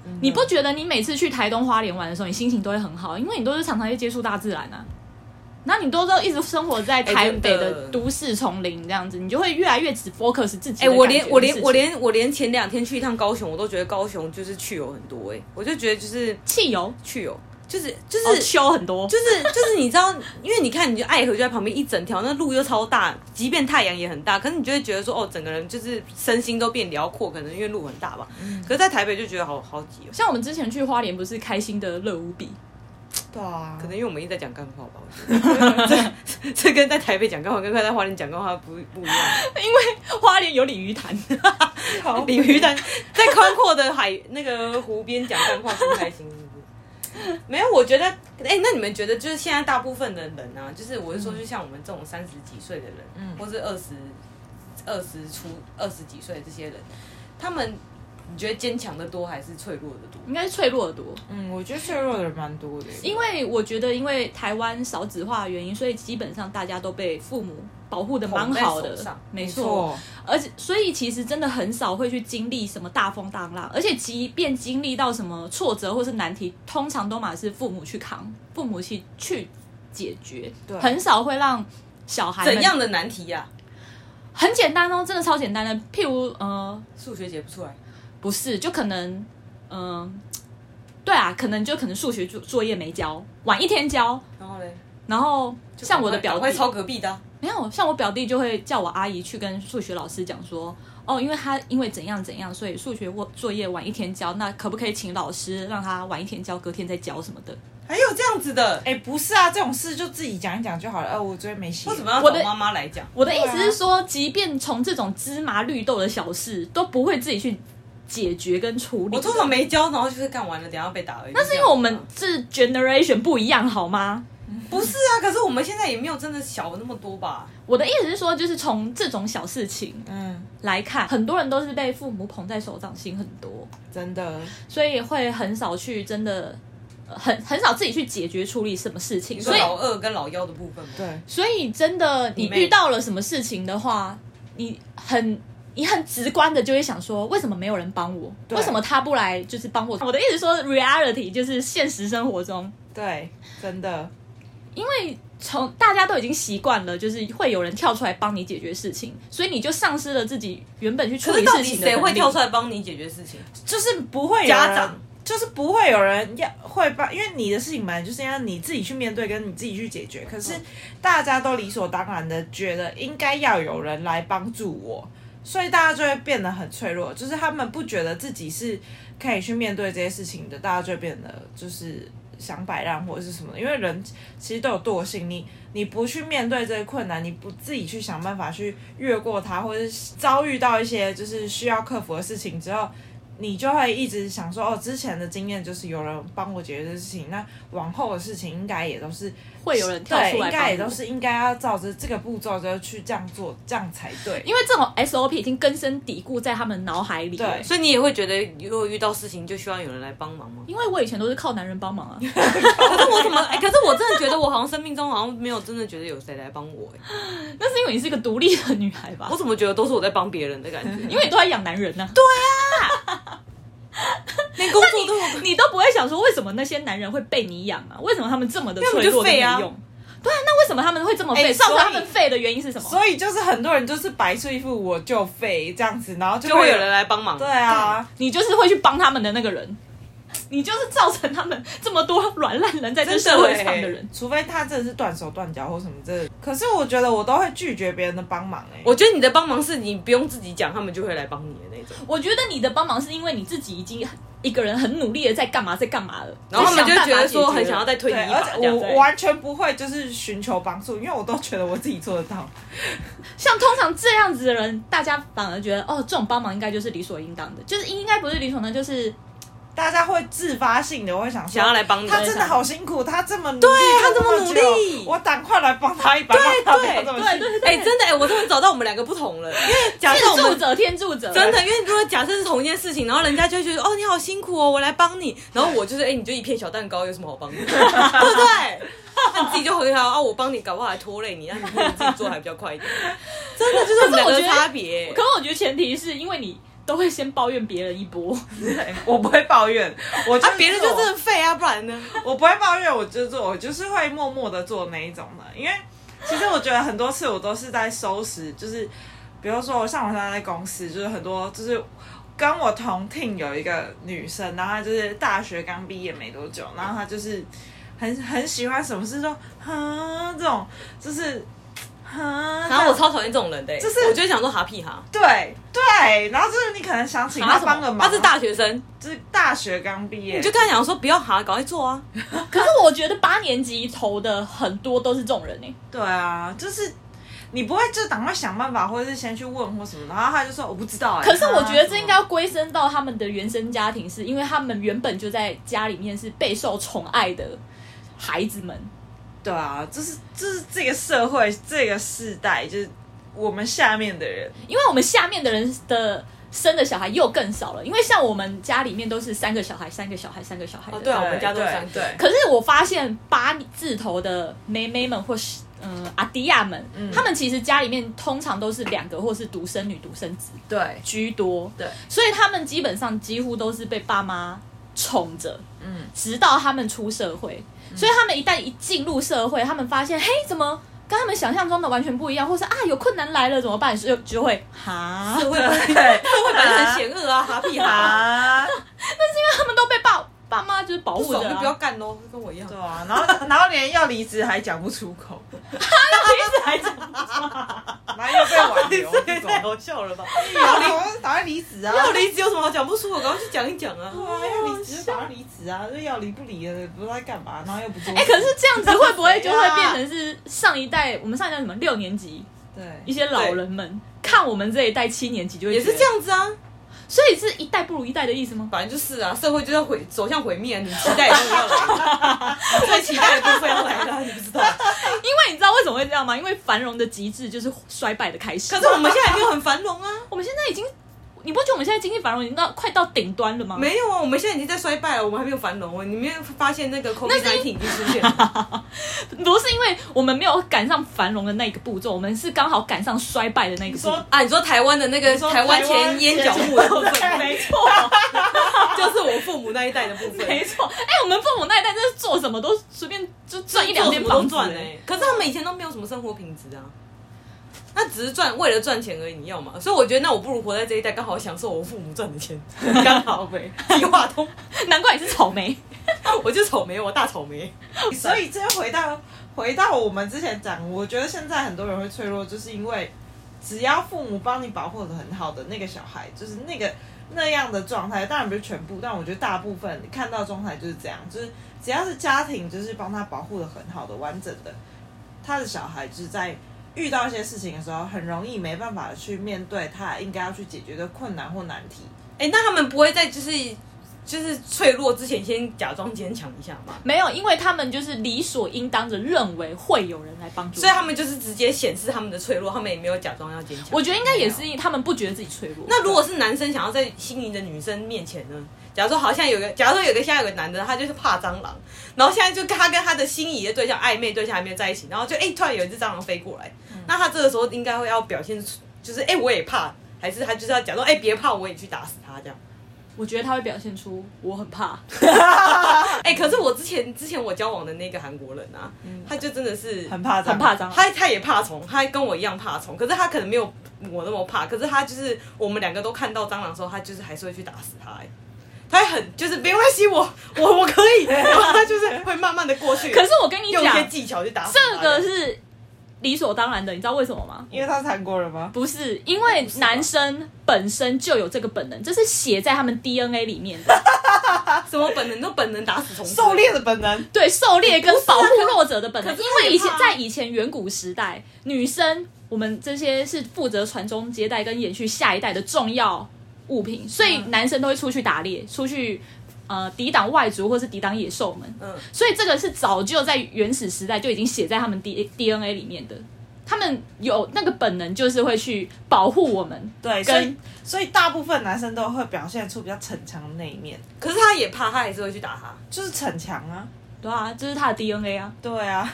Speaker 3: 嗯
Speaker 2: 你不觉得你每次去台东花莲玩的时候，你心情都会很好，因为你都是常常去接触大自然啊。那你都都一直生活在台
Speaker 3: 哎真的
Speaker 2: 北的都市丛林这样子，你就会越来越只 focus 自己的感觉。
Speaker 3: 哎、我连我
Speaker 2: 事
Speaker 3: 连
Speaker 2: 情
Speaker 3: 我连我连前两天去一趟高雄，我都觉得高雄就是去有很多哎、我就觉得 [LAUGHS] 就是
Speaker 2: 汽油
Speaker 3: 去有就是就是、
Speaker 2: 哦秋很多，
Speaker 3: 就是就是你知道，因为你看，你就爱河就在旁边一整条，那路又超大，即便太阳也很大，可是你就会觉得说，哦，整个人就是身心都变辽阔，可能因为路很大吧。可是，在台北就觉得好好挤哦。
Speaker 2: 像我们之前去花莲，不是开心的乐无比，
Speaker 1: 对啊，
Speaker 3: 可能因为我们一直在讲干话吧，我觉得 [LAUGHS] 这这跟在台北讲干话，跟在花莲讲干话不不一样。
Speaker 2: 花莲有鲤鱼潭，哦
Speaker 3: 鲤鱼潭 [LAUGHS] 在宽阔的海那个湖边讲干话不开心是不是？
Speaker 2: [LAUGHS]
Speaker 3: 没有，我觉得，哎、那你们觉得就是现在大部分的人啊，就是我是说，就像我们这种三十几岁的人，
Speaker 1: 嗯
Speaker 3: 或是二十二十出二十几岁的这些人，他们你觉得坚强的多还是脆弱的多？
Speaker 2: 应该是脆弱的多。
Speaker 1: 嗯，我觉得脆弱的人蛮多的，
Speaker 2: 因为我觉得，因为台湾少子化的原因，所以基本上大家都被父母保护的蛮好
Speaker 3: 捧在手
Speaker 2: 的
Speaker 3: 上，
Speaker 2: 没错。，而且，所以其实真的很少会去经历什么大风大浪，而且即便经历到什么挫折或是难题，通常都嘛是父母去扛，父母去去解决，
Speaker 1: 对
Speaker 2: 很少会让小孩们
Speaker 4: 怎样的难题呀、
Speaker 2: 很简单哦，真的超简单的。譬如呃，
Speaker 3: 数学解不出来，
Speaker 2: 不是，就可能嗯、对啊，可能就可能数学作作业没交，晚一天交，
Speaker 3: 然后嘞，
Speaker 2: 然后像我的表
Speaker 3: 会
Speaker 2: 弟，
Speaker 3: 抄隔壁的啊、
Speaker 2: 没有，像我表弟就会叫我阿姨去跟数学老师讲说，哦，因为他因为怎样怎样，所以数学作作业晚一天交，那可不可以请老师让他晚一天交，隔天再交什么的？
Speaker 3: 还有这样子的，
Speaker 1: 哎、不是啊，这种事就自己讲一讲就好了。呃，我昨天没写，
Speaker 4: 为什么要
Speaker 2: 我的
Speaker 4: 找妈妈来讲？
Speaker 2: 我的意思是说，即便从这种芝麻绿豆的小事，都不会自己去解决跟处理。
Speaker 4: 我通常没教，然后就是干完了，等一下被打而已。
Speaker 2: 那是因为我
Speaker 3: 啊
Speaker 2: 们这 generation 不一样，好吗？
Speaker 4: 不是啊，可是我们现在也没有真的小那么多吧？
Speaker 2: 我的意思是说，就是从这种小事情
Speaker 1: 嗯，
Speaker 2: 来看，很多人都是被父母捧在手掌心很多。
Speaker 1: 真的，
Speaker 2: 所以会很少去真的呃很很少自己去解决处理什么事情，
Speaker 4: 你说
Speaker 2: 所以
Speaker 4: 老二跟老幺的部分吗？
Speaker 1: 对，
Speaker 2: 所以真的你
Speaker 4: 你妹
Speaker 2: 遇到了什么事情的话，你很。你很直观的就会想说，为什么没有人帮我？
Speaker 1: 对
Speaker 2: 为什么他不来就是帮我？我的意思说，reality 就是现实生活中，
Speaker 1: 对，真的，
Speaker 2: 因为从大家都已经习惯了，就是会有人跳出来帮你解决事情，所以你就丧失了自己原本去处
Speaker 4: 可是
Speaker 2: 理
Speaker 4: 到
Speaker 2: 事
Speaker 4: 底
Speaker 2: 情的能力。
Speaker 4: 谁会跳出来帮你解决事情？
Speaker 1: 就是不会有
Speaker 4: 家
Speaker 1: 人
Speaker 4: 长，
Speaker 1: 就是不会有人要会帮，因为你的事情本来就是要你自己去面对，跟你自己去解决。可是
Speaker 4: 嗯
Speaker 1: 大家都理所当然的觉得应该要有人来帮助我，所以大家就会变得很脆弱，就是他们不觉得自己是可以去面对这些事情的，大家就会变得就是。想摆烂或者是什么，因为人其实都有惰性，你你不去面对这些困难，你不自己去想办法去越过它，或者是遭遇到一些就是需要克服的事情之后，你就会一直想说，哦，之前的经验就是有人帮我解决的事情，那往后的事情应该也都是
Speaker 2: 会有人跳
Speaker 1: 对，
Speaker 2: 出来
Speaker 1: 应
Speaker 2: 帮
Speaker 1: 该也
Speaker 2: 我
Speaker 1: 都是应该要照着这个步骤就去这样做，这样才对。
Speaker 2: 因为这种 SOP 已经根深蒂固在他们脑海里了。
Speaker 1: 对
Speaker 4: 所以你也会觉得，如果遇到事情就希望有人来帮忙吗？
Speaker 2: 因为我以前都是靠男人帮忙啊， [LAUGHS]
Speaker 4: 可是我怎么？哎、可是我真的觉得，我好像生命中好像没有真的觉得有谁来帮我、哎，
Speaker 2: 那是因为你是一个独立的女孩吧
Speaker 4: 我？怎么觉得都是我在帮别人的感觉？ [LAUGHS]
Speaker 2: 因为你都在养男人呢、对 [LAUGHS]
Speaker 4: 连工作都有
Speaker 2: 你都不会想说为什么那些男人会被你养啊？为什么他们这么的脆
Speaker 4: 因为他
Speaker 2: 弱
Speaker 4: 们就
Speaker 2: 跟没
Speaker 4: 废
Speaker 2: 用？
Speaker 4: 啊
Speaker 2: 对啊，那为什么他们会这么废？
Speaker 1: 哎
Speaker 2: 造成他
Speaker 1: 所以
Speaker 2: 们废的原因是什么？
Speaker 1: 所以就是很多人就是摆出一副我就废这样子，然后就
Speaker 4: 就会有人来帮忙。
Speaker 1: 对
Speaker 4: [LAUGHS]
Speaker 1: 啊，
Speaker 2: 你就是会去帮他们的那个人，你就是造成他们这么多软烂人在这社会上
Speaker 1: 欸
Speaker 2: 的人。
Speaker 1: 除非他真的是断手断脚或什么这，可是我觉得我都会拒绝别人的帮忙哎、
Speaker 4: 我觉得你的帮忙是你不用自己讲，他们就会来帮你的那种。
Speaker 2: 我觉得你的帮忙是因为你自己已经一个人很努力的在干嘛，在干嘛了，
Speaker 4: 然后他们就
Speaker 2: 想办
Speaker 4: 觉
Speaker 2: 法
Speaker 4: 得
Speaker 2: 解
Speaker 4: 说
Speaker 2: 决
Speaker 4: 很想要
Speaker 2: 了
Speaker 4: 再推
Speaker 1: 对，
Speaker 4: 你一
Speaker 1: 而
Speaker 4: 把这
Speaker 1: 且
Speaker 4: 样
Speaker 1: 我
Speaker 4: 子。
Speaker 1: 我完全不会就是寻求帮助，因为我都觉得我自己做得到。
Speaker 2: 像通常这样子的人，大家反而觉得哦，这种帮忙应该就是理所应当的，就是应该不是理所应当，就是
Speaker 1: 大家会自发性的会想说
Speaker 4: 想要来帮你
Speaker 1: 他真的好辛苦，他这么努力，对
Speaker 4: 他这么努力
Speaker 1: 我赶快来帮他一把，对
Speaker 4: 哎对
Speaker 1: 对
Speaker 2: 对对对，
Speaker 4: 哎、真的哎、我终于找到我们两个不同了。因为假设我
Speaker 2: 天助
Speaker 4: 们
Speaker 2: 者天助
Speaker 4: [LAUGHS]
Speaker 2: 者，
Speaker 4: 真。的，因为如果假设是同一件事情，然后人家就会觉得哦你好辛苦哦，我来帮你。然后我就是哎、你就一片小蛋糕，有什么好帮你？对不对？那你自己就回答啊，我帮你，搞不好还拖累你，那你不如自己做还比较快一点。真的就是我们两个的差别、
Speaker 2: 可我觉得前提是因为你都会先抱怨别人一波， [LAUGHS]
Speaker 1: 我不会抱怨，我就
Speaker 4: 啊，别人就真的废啊，不然呢？
Speaker 1: 我不会抱怨，我就做，我就是会默默的做那一种的。因为其实我觉得很多次我都是在收拾，就是比如说我像我现在在公司，就是很多就是跟我同 team 有一个女生，然后她就是大学刚毕业没多久，然后她就是很很喜欢什么事都哼这种，就是哼，
Speaker 4: 然
Speaker 1: 啊
Speaker 4: 后我超讨厌这种人的、哎
Speaker 1: 就是
Speaker 4: 我就会想说哈屁哈，
Speaker 1: 对对，然后就是你可能想请
Speaker 2: 啊
Speaker 1: 他
Speaker 2: 什么
Speaker 1: 帮个忙，
Speaker 4: 他是大学生，
Speaker 1: 就是大学刚毕业，
Speaker 4: 你就跟他讲说不要哈，赶快做啊。
Speaker 2: 可是我觉得八年级投的很多都是这种人欸呢、
Speaker 1: 对啊，就是你不会就赶快想办法，或者是先去问或什么，然后他就说我不知道、欸。
Speaker 2: 可是我觉得这应该
Speaker 1: 啊
Speaker 2: 要归生到他们的原生家庭是，因为他们原本就在家里面是备受宠爱的孩子们，
Speaker 1: 对啊，就是就是这个社会这个世代，就是我们下面的人，
Speaker 2: 因为我们下面的人的生的小孩又更少了，因为像我们家里面都是三个小孩、三个小孩、三个小孩的。
Speaker 3: 哦，对啊，我们家都
Speaker 1: 对
Speaker 3: 三个
Speaker 1: 对
Speaker 2: 可是我发现八字头的妹妹们或是嗯阿迪亚们，他们其实家里面通常都是两个或是独生女、独生子
Speaker 1: 对
Speaker 2: 居多，
Speaker 1: 对，
Speaker 2: 所以他们基本上几乎都是被爸妈宠着，嗯，直到他们出社会，所以他们一旦一进入社会，他们发现嘿怎么？跟他们想象中的完全不一样，或是啊有困难来了怎么办？就就会哈，
Speaker 3: 会会会很险恶啊，哈
Speaker 1: [LAUGHS]
Speaker 3: 屁哈，
Speaker 1: 啊，
Speaker 2: 他们都被爸爸妈就是保
Speaker 3: 不
Speaker 2: 护着、
Speaker 3: 爽就
Speaker 2: 啊，
Speaker 3: 不要干喽，
Speaker 4: [LAUGHS]
Speaker 3: 跟我一样
Speaker 1: 对。啊，然后然后连要离职还讲不出口， [LAUGHS] 哪有被挽留这种？
Speaker 3: 好笑
Speaker 1: [LAUGHS]
Speaker 3: 了吧？
Speaker 1: 要离打算离职啊，
Speaker 3: 要离职有什么好讲不出口？赶快去讲一讲啊！
Speaker 1: 对啊，要离职就打算离职啊，就要离不离的，不知道在干嘛，然后又不做事。
Speaker 2: 哎、可是这样子会不啊会就会变
Speaker 1: 谁
Speaker 2: 成是上一代？我们上一代什么六年级
Speaker 1: 对，
Speaker 2: 一些老人们看我们这一代七年级就会
Speaker 3: 也
Speaker 2: 觉得
Speaker 3: 是这，样子啊，
Speaker 2: 所以是一代不如一代的意思吗？
Speaker 3: 反正就是啊，社会就要毁走向毁灭，你期待也是要来了， [LAUGHS] 最期待的部分要来了，你不知道。
Speaker 2: 因为你知道为什么会这样吗？因为繁荣的极致就是衰败的开始。
Speaker 3: 可是我们现在还没有很繁荣啊，
Speaker 2: 我们现在已经，你不觉得我们现在经济繁荣已经到快到顶端了吗？
Speaker 3: 没有啊，我们现在已经在衰败了，我们还没有繁荣啊。你没有发现那个 COVID
Speaker 2: 是
Speaker 3: nineteen 已经出现了？
Speaker 2: 不是因为我们没有赶上繁荣的那个步骤，我们是刚好赶上衰败的那个步骤
Speaker 1: 说。
Speaker 3: [LAUGHS] 啊，你说台湾的那个
Speaker 1: 你说
Speaker 3: 台湾
Speaker 1: 台湾
Speaker 3: 前烟角木的部 [LAUGHS] 分，
Speaker 2: 没错，
Speaker 3: 就是我父母那一代的部分，
Speaker 2: 没错。哎、我们父母那一代真是做什么都随便就赚一两
Speaker 3: 天
Speaker 2: 间房子、
Speaker 3: 赚
Speaker 2: 哎
Speaker 3: 欸可是他们以前都没有什么生活品质啊，那只是赚为了赚钱而已，你要嘛？所以我觉得，那我不如活在这一代，刚好享受我父母赚的 [LAUGHS] 钱，刚好呗，计划通。
Speaker 2: 难怪你是草莓。
Speaker 3: [LAUGHS] 我就草莓，我大草莓。
Speaker 1: 所以这又回到回到我们之前讲，我觉得现在很多人会脆弱，就是因为只要父母帮你保护的很好的那个小孩，就是那个那样的状态，当然不是全部，但我觉得大部分看到的状态就是这样，就是只要是家庭就是帮他保护的很好的、完整的，他的小孩就是在。遇到一些事情的时候，很容易没办法去面对他应该要去解决的困难或难题。
Speaker 3: 哎、那他们不会在就是就是脆弱之前先假装坚强一下吗？
Speaker 2: 没有，因为他们就是理所应当的认为会有人来帮助，
Speaker 3: 所以他。们就是直接显示他们的脆弱，他们也没有假装要坚强。
Speaker 2: 我觉得应该也是因为他们不觉得自己脆弱。
Speaker 3: 那如果是男生想要在心仪的女生面前呢？假如说好像有个，假如说有个现在有个男的，他就是怕蟑螂，然后现在就跟他跟他的心仪的对象暧昧对象还没有在一起，然后就哎、突然有一只蟑螂飞过来，那他这个时候应该会要表现出就是哎、我也怕，还是他就是要假装哎别怕我也去打死他这样。
Speaker 2: 我觉得他会表现出我很
Speaker 3: [LAUGHS]
Speaker 2: 怕，
Speaker 3: 哎、可是我之前之前我交往的那个韩国人啊，他就真的是
Speaker 1: 很怕蟑螂
Speaker 2: 很怕蟑螂。
Speaker 3: 他他也怕虫，他跟我一样怕虫，可是他可能没有我那么怕，可是他就是我们两个都看到蟑螂的时候，他就是还是会去打死它、欸。他还很就是没关系，我我我可以，然后他就是会慢慢的过去。
Speaker 2: [LAUGHS] 可是我跟你
Speaker 3: 用一些
Speaker 2: 讲，
Speaker 3: 技巧去打死它
Speaker 2: 这个是理所当然的，你知道为什么吗？
Speaker 1: 因为他是韩国人吗？
Speaker 2: 不是，因为男生本身就有这个本能，这是写在他们 DNA 里面的。
Speaker 3: 啊什么本能都本能打死虫子，
Speaker 1: 狩猎的本能，
Speaker 2: 对，狩猎跟保护弱者的本能，
Speaker 3: 啊可
Speaker 2: 因
Speaker 3: 是
Speaker 2: 为以前
Speaker 3: 害怕啊
Speaker 2: 在以前远古时代，女生我们这些是负责传宗接代跟延续下一代的重要物品，所
Speaker 3: 嗯
Speaker 2: 以男生都会出去打猎，出去呃抵挡外族或是抵挡野兽们。
Speaker 3: 嗯
Speaker 2: 所以这个是早就在原始时代就已经写在他们 D DNA 里面的。他们有那个本能，就是会去保护我们。
Speaker 1: 对，所以
Speaker 2: 跟
Speaker 1: 所以大部分男生都会表现出比较逞强的那一面，
Speaker 3: 可是他也怕，他还是会去打他。
Speaker 1: 就是逞强啊，
Speaker 2: 对啊，这是他的 DNA 啊，
Speaker 1: 对啊，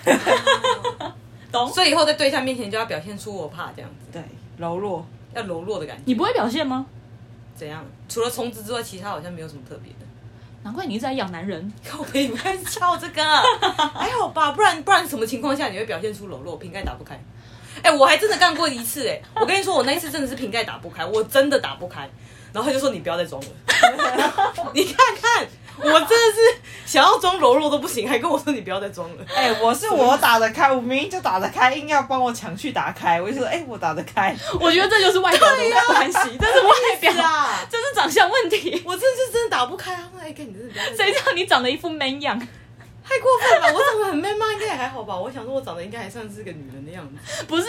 Speaker 2: 懂？
Speaker 3: 所以以后在对象面前就要表现出我怕这样子，
Speaker 1: [LAUGHS] 对，柔弱，
Speaker 3: 要柔弱的感觉。
Speaker 2: 你不会表现吗？
Speaker 3: 怎样？除了虫子之外，其他好像没有什么特别的。
Speaker 2: 难怪你一直在养男人。
Speaker 4: [LAUGHS]
Speaker 3: 靠背，你开始笑这个，还好吧？不然不然，什么情况下你会表现出柔弱，瓶盖打不开？哎、我还真的干过一次哎、我跟你说，我那一次真的是瓶盖打不开，我真的打不开。然后他就说你不要再装
Speaker 4: [LAUGHS]
Speaker 3: 了，你看看，我真的是想要装柔弱都不行，还跟我说你不要再装
Speaker 4: [LAUGHS]
Speaker 3: 了。
Speaker 1: 哎、我 [LAUGHS] 是我打得开，我明明就打得开，硬要帮我抢去打开，我就说，哎、我打得开，
Speaker 2: [LAUGHS] 我觉得这就是外表的关系，这是外表，
Speaker 3: 是啊，
Speaker 2: 这是长相问题。
Speaker 3: 我真的是真的打不开啊！哎，看你真的不要再
Speaker 2: [LAUGHS]
Speaker 3: 装
Speaker 2: 谁叫你长得一副 man 样？
Speaker 3: 太过分了，我长得很 man 吗？应该也还好吧。我想说，我长得应该还算是个女人的样子。
Speaker 2: 不是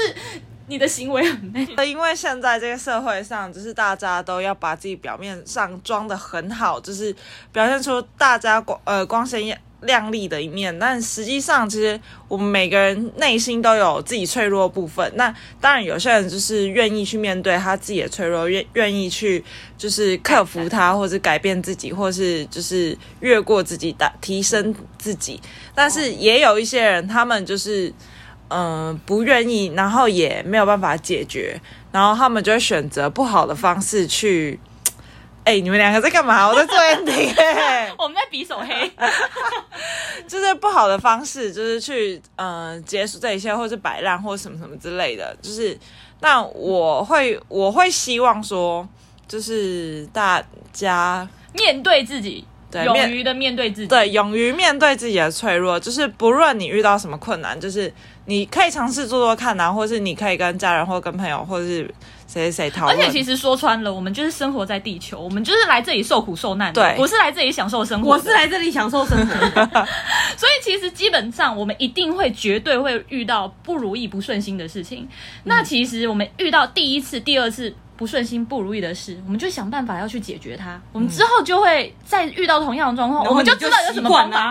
Speaker 2: 你的行为很 man。
Speaker 1: 呃因为现在这个社会上，就是大家都要把自己表面上装的很好，就是表现出大家光呃光鲜亮丽的一面，但实际上其实我们每个人内心都有自己脆弱的部分。那当然，有些人就是愿意去面对他自己的脆弱，愿愿意去就是克服它，或者改变自己，或是就是越过自己，打提升自己。但是也有一些人，他们就是嗯、呃不愿意，然后也没有办法解决，然后他们就会选择不好的方式去。哎、你们两个在干嘛？我在做 ending 哎、
Speaker 2: [LAUGHS] 我们在比手黑，
Speaker 1: 就是不好的方式，就是去嗯、呃结束这一切，或是摆烂，或什么什么之类的。就是那我会我会希望说，就是大家
Speaker 2: 面对自己，
Speaker 1: 对
Speaker 2: 勇
Speaker 1: 面
Speaker 2: 于的面对自己，
Speaker 1: 对勇于面对自己的脆弱，就是不论你遇到什么困难，就是你可以尝试做做看啊，或是你可以跟家人或跟朋友或是谁谁谁讨
Speaker 2: 而
Speaker 1: 论。
Speaker 2: 且其实说穿了，我们就是生活在地球，我们就是来这里受苦受难的，
Speaker 1: 对
Speaker 2: 不是来这里享受生活
Speaker 4: 我
Speaker 2: 的。
Speaker 4: 是来这里享受生
Speaker 1: [LAUGHS]
Speaker 4: 活，
Speaker 2: 所以其实基本上我们一定会绝对会遇到不如意、不顺心的事情。那其实我们遇到第一次、第二次不顺心、不如意的事，我们就想办法要去解决它。我们之后就会再遇到同样的状况，
Speaker 4: 然后
Speaker 2: 我们
Speaker 4: 你就
Speaker 2: 知道有什么
Speaker 4: 习
Speaker 2: 方
Speaker 4: 惯
Speaker 2: 法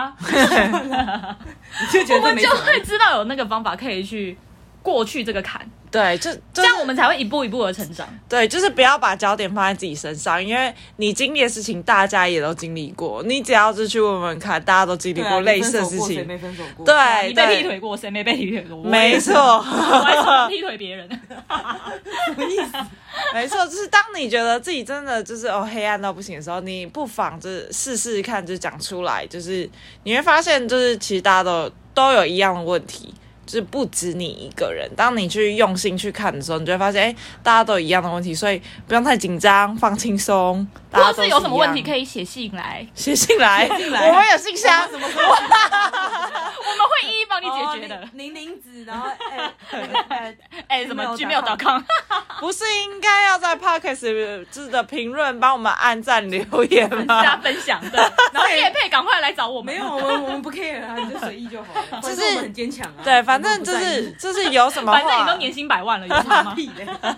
Speaker 4: 啦，
Speaker 2: [LAUGHS]
Speaker 4: 你就觉得
Speaker 2: 我
Speaker 4: 这
Speaker 2: 们
Speaker 4: 没
Speaker 2: 就
Speaker 4: 什么
Speaker 2: 会知道有那个方法可以去过去这个坎，
Speaker 1: 对，就
Speaker 2: 这
Speaker 1: 这
Speaker 2: 样我们才会一步一步的成长。
Speaker 1: 对，就是不要把焦点放在自己身上，因为你经历的事情大家也都经历过，你只要是去问问看，大家都经历
Speaker 4: 对啊
Speaker 1: 过
Speaker 4: 你
Speaker 1: 类
Speaker 4: 分
Speaker 1: 似的
Speaker 4: 手
Speaker 1: 事
Speaker 4: 过谁
Speaker 1: 情。
Speaker 4: 没分手过，
Speaker 1: 对，
Speaker 2: 你被
Speaker 1: 对
Speaker 2: 劈腿过，谁没被劈腿过？我也
Speaker 1: 没，错，
Speaker 2: 我还说劈腿别人。
Speaker 1: [LAUGHS] 没错，就是当你觉得自己真的就是哦黑暗到不行的时候，你不妨就是试试看，就讲出来，就是你会发现，就是其实大家都都有一样的问题，就是不止你一个人。当你去用心去看的时候，你就会发现，哎、大家都有一样的问题，所以不用太紧张，放轻松。大
Speaker 2: 或
Speaker 1: 家都
Speaker 2: 是有什么问题
Speaker 1: 以
Speaker 2: 可以写信来，
Speaker 1: 写信来，我们有信箱。
Speaker 4: 啊
Speaker 2: 我们会一一帮你
Speaker 4: 哦
Speaker 2: 解决的。
Speaker 4: 零零零子，然后哎哎
Speaker 2: 哎，什么
Speaker 4: Gmail.com [LAUGHS]
Speaker 2: gmail.com？
Speaker 1: 不是应该要在 podcast 就是的评论帮我们按赞留言
Speaker 2: [LAUGHS]
Speaker 1: 吗？
Speaker 2: 大家分享的，然后叶配赶快来找我们。啊
Speaker 4: 没有，我们我们不 care 啊，你就随意就好了，
Speaker 1: 就
Speaker 4: 反
Speaker 1: 是
Speaker 4: 正我们很坚强啊，
Speaker 1: 对，反正就
Speaker 2: [LAUGHS]
Speaker 4: 我们
Speaker 1: 是就是有什么话，
Speaker 2: 反正你都年薪百万了，有差吗
Speaker 4: 不？ [LAUGHS] 在意屁嘞，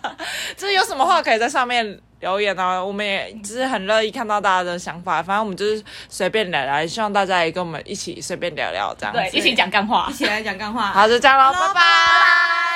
Speaker 1: 就是有什么话可以在上面留言啊，我们也就是很乐意看到大家的想法。反正我们就是随便聊聊，也希望大家也跟我们一起随便聊聊这样子。
Speaker 2: 对，一起讲干话
Speaker 4: 一。起来讲干话，
Speaker 1: 好，就这样喽，拜拜。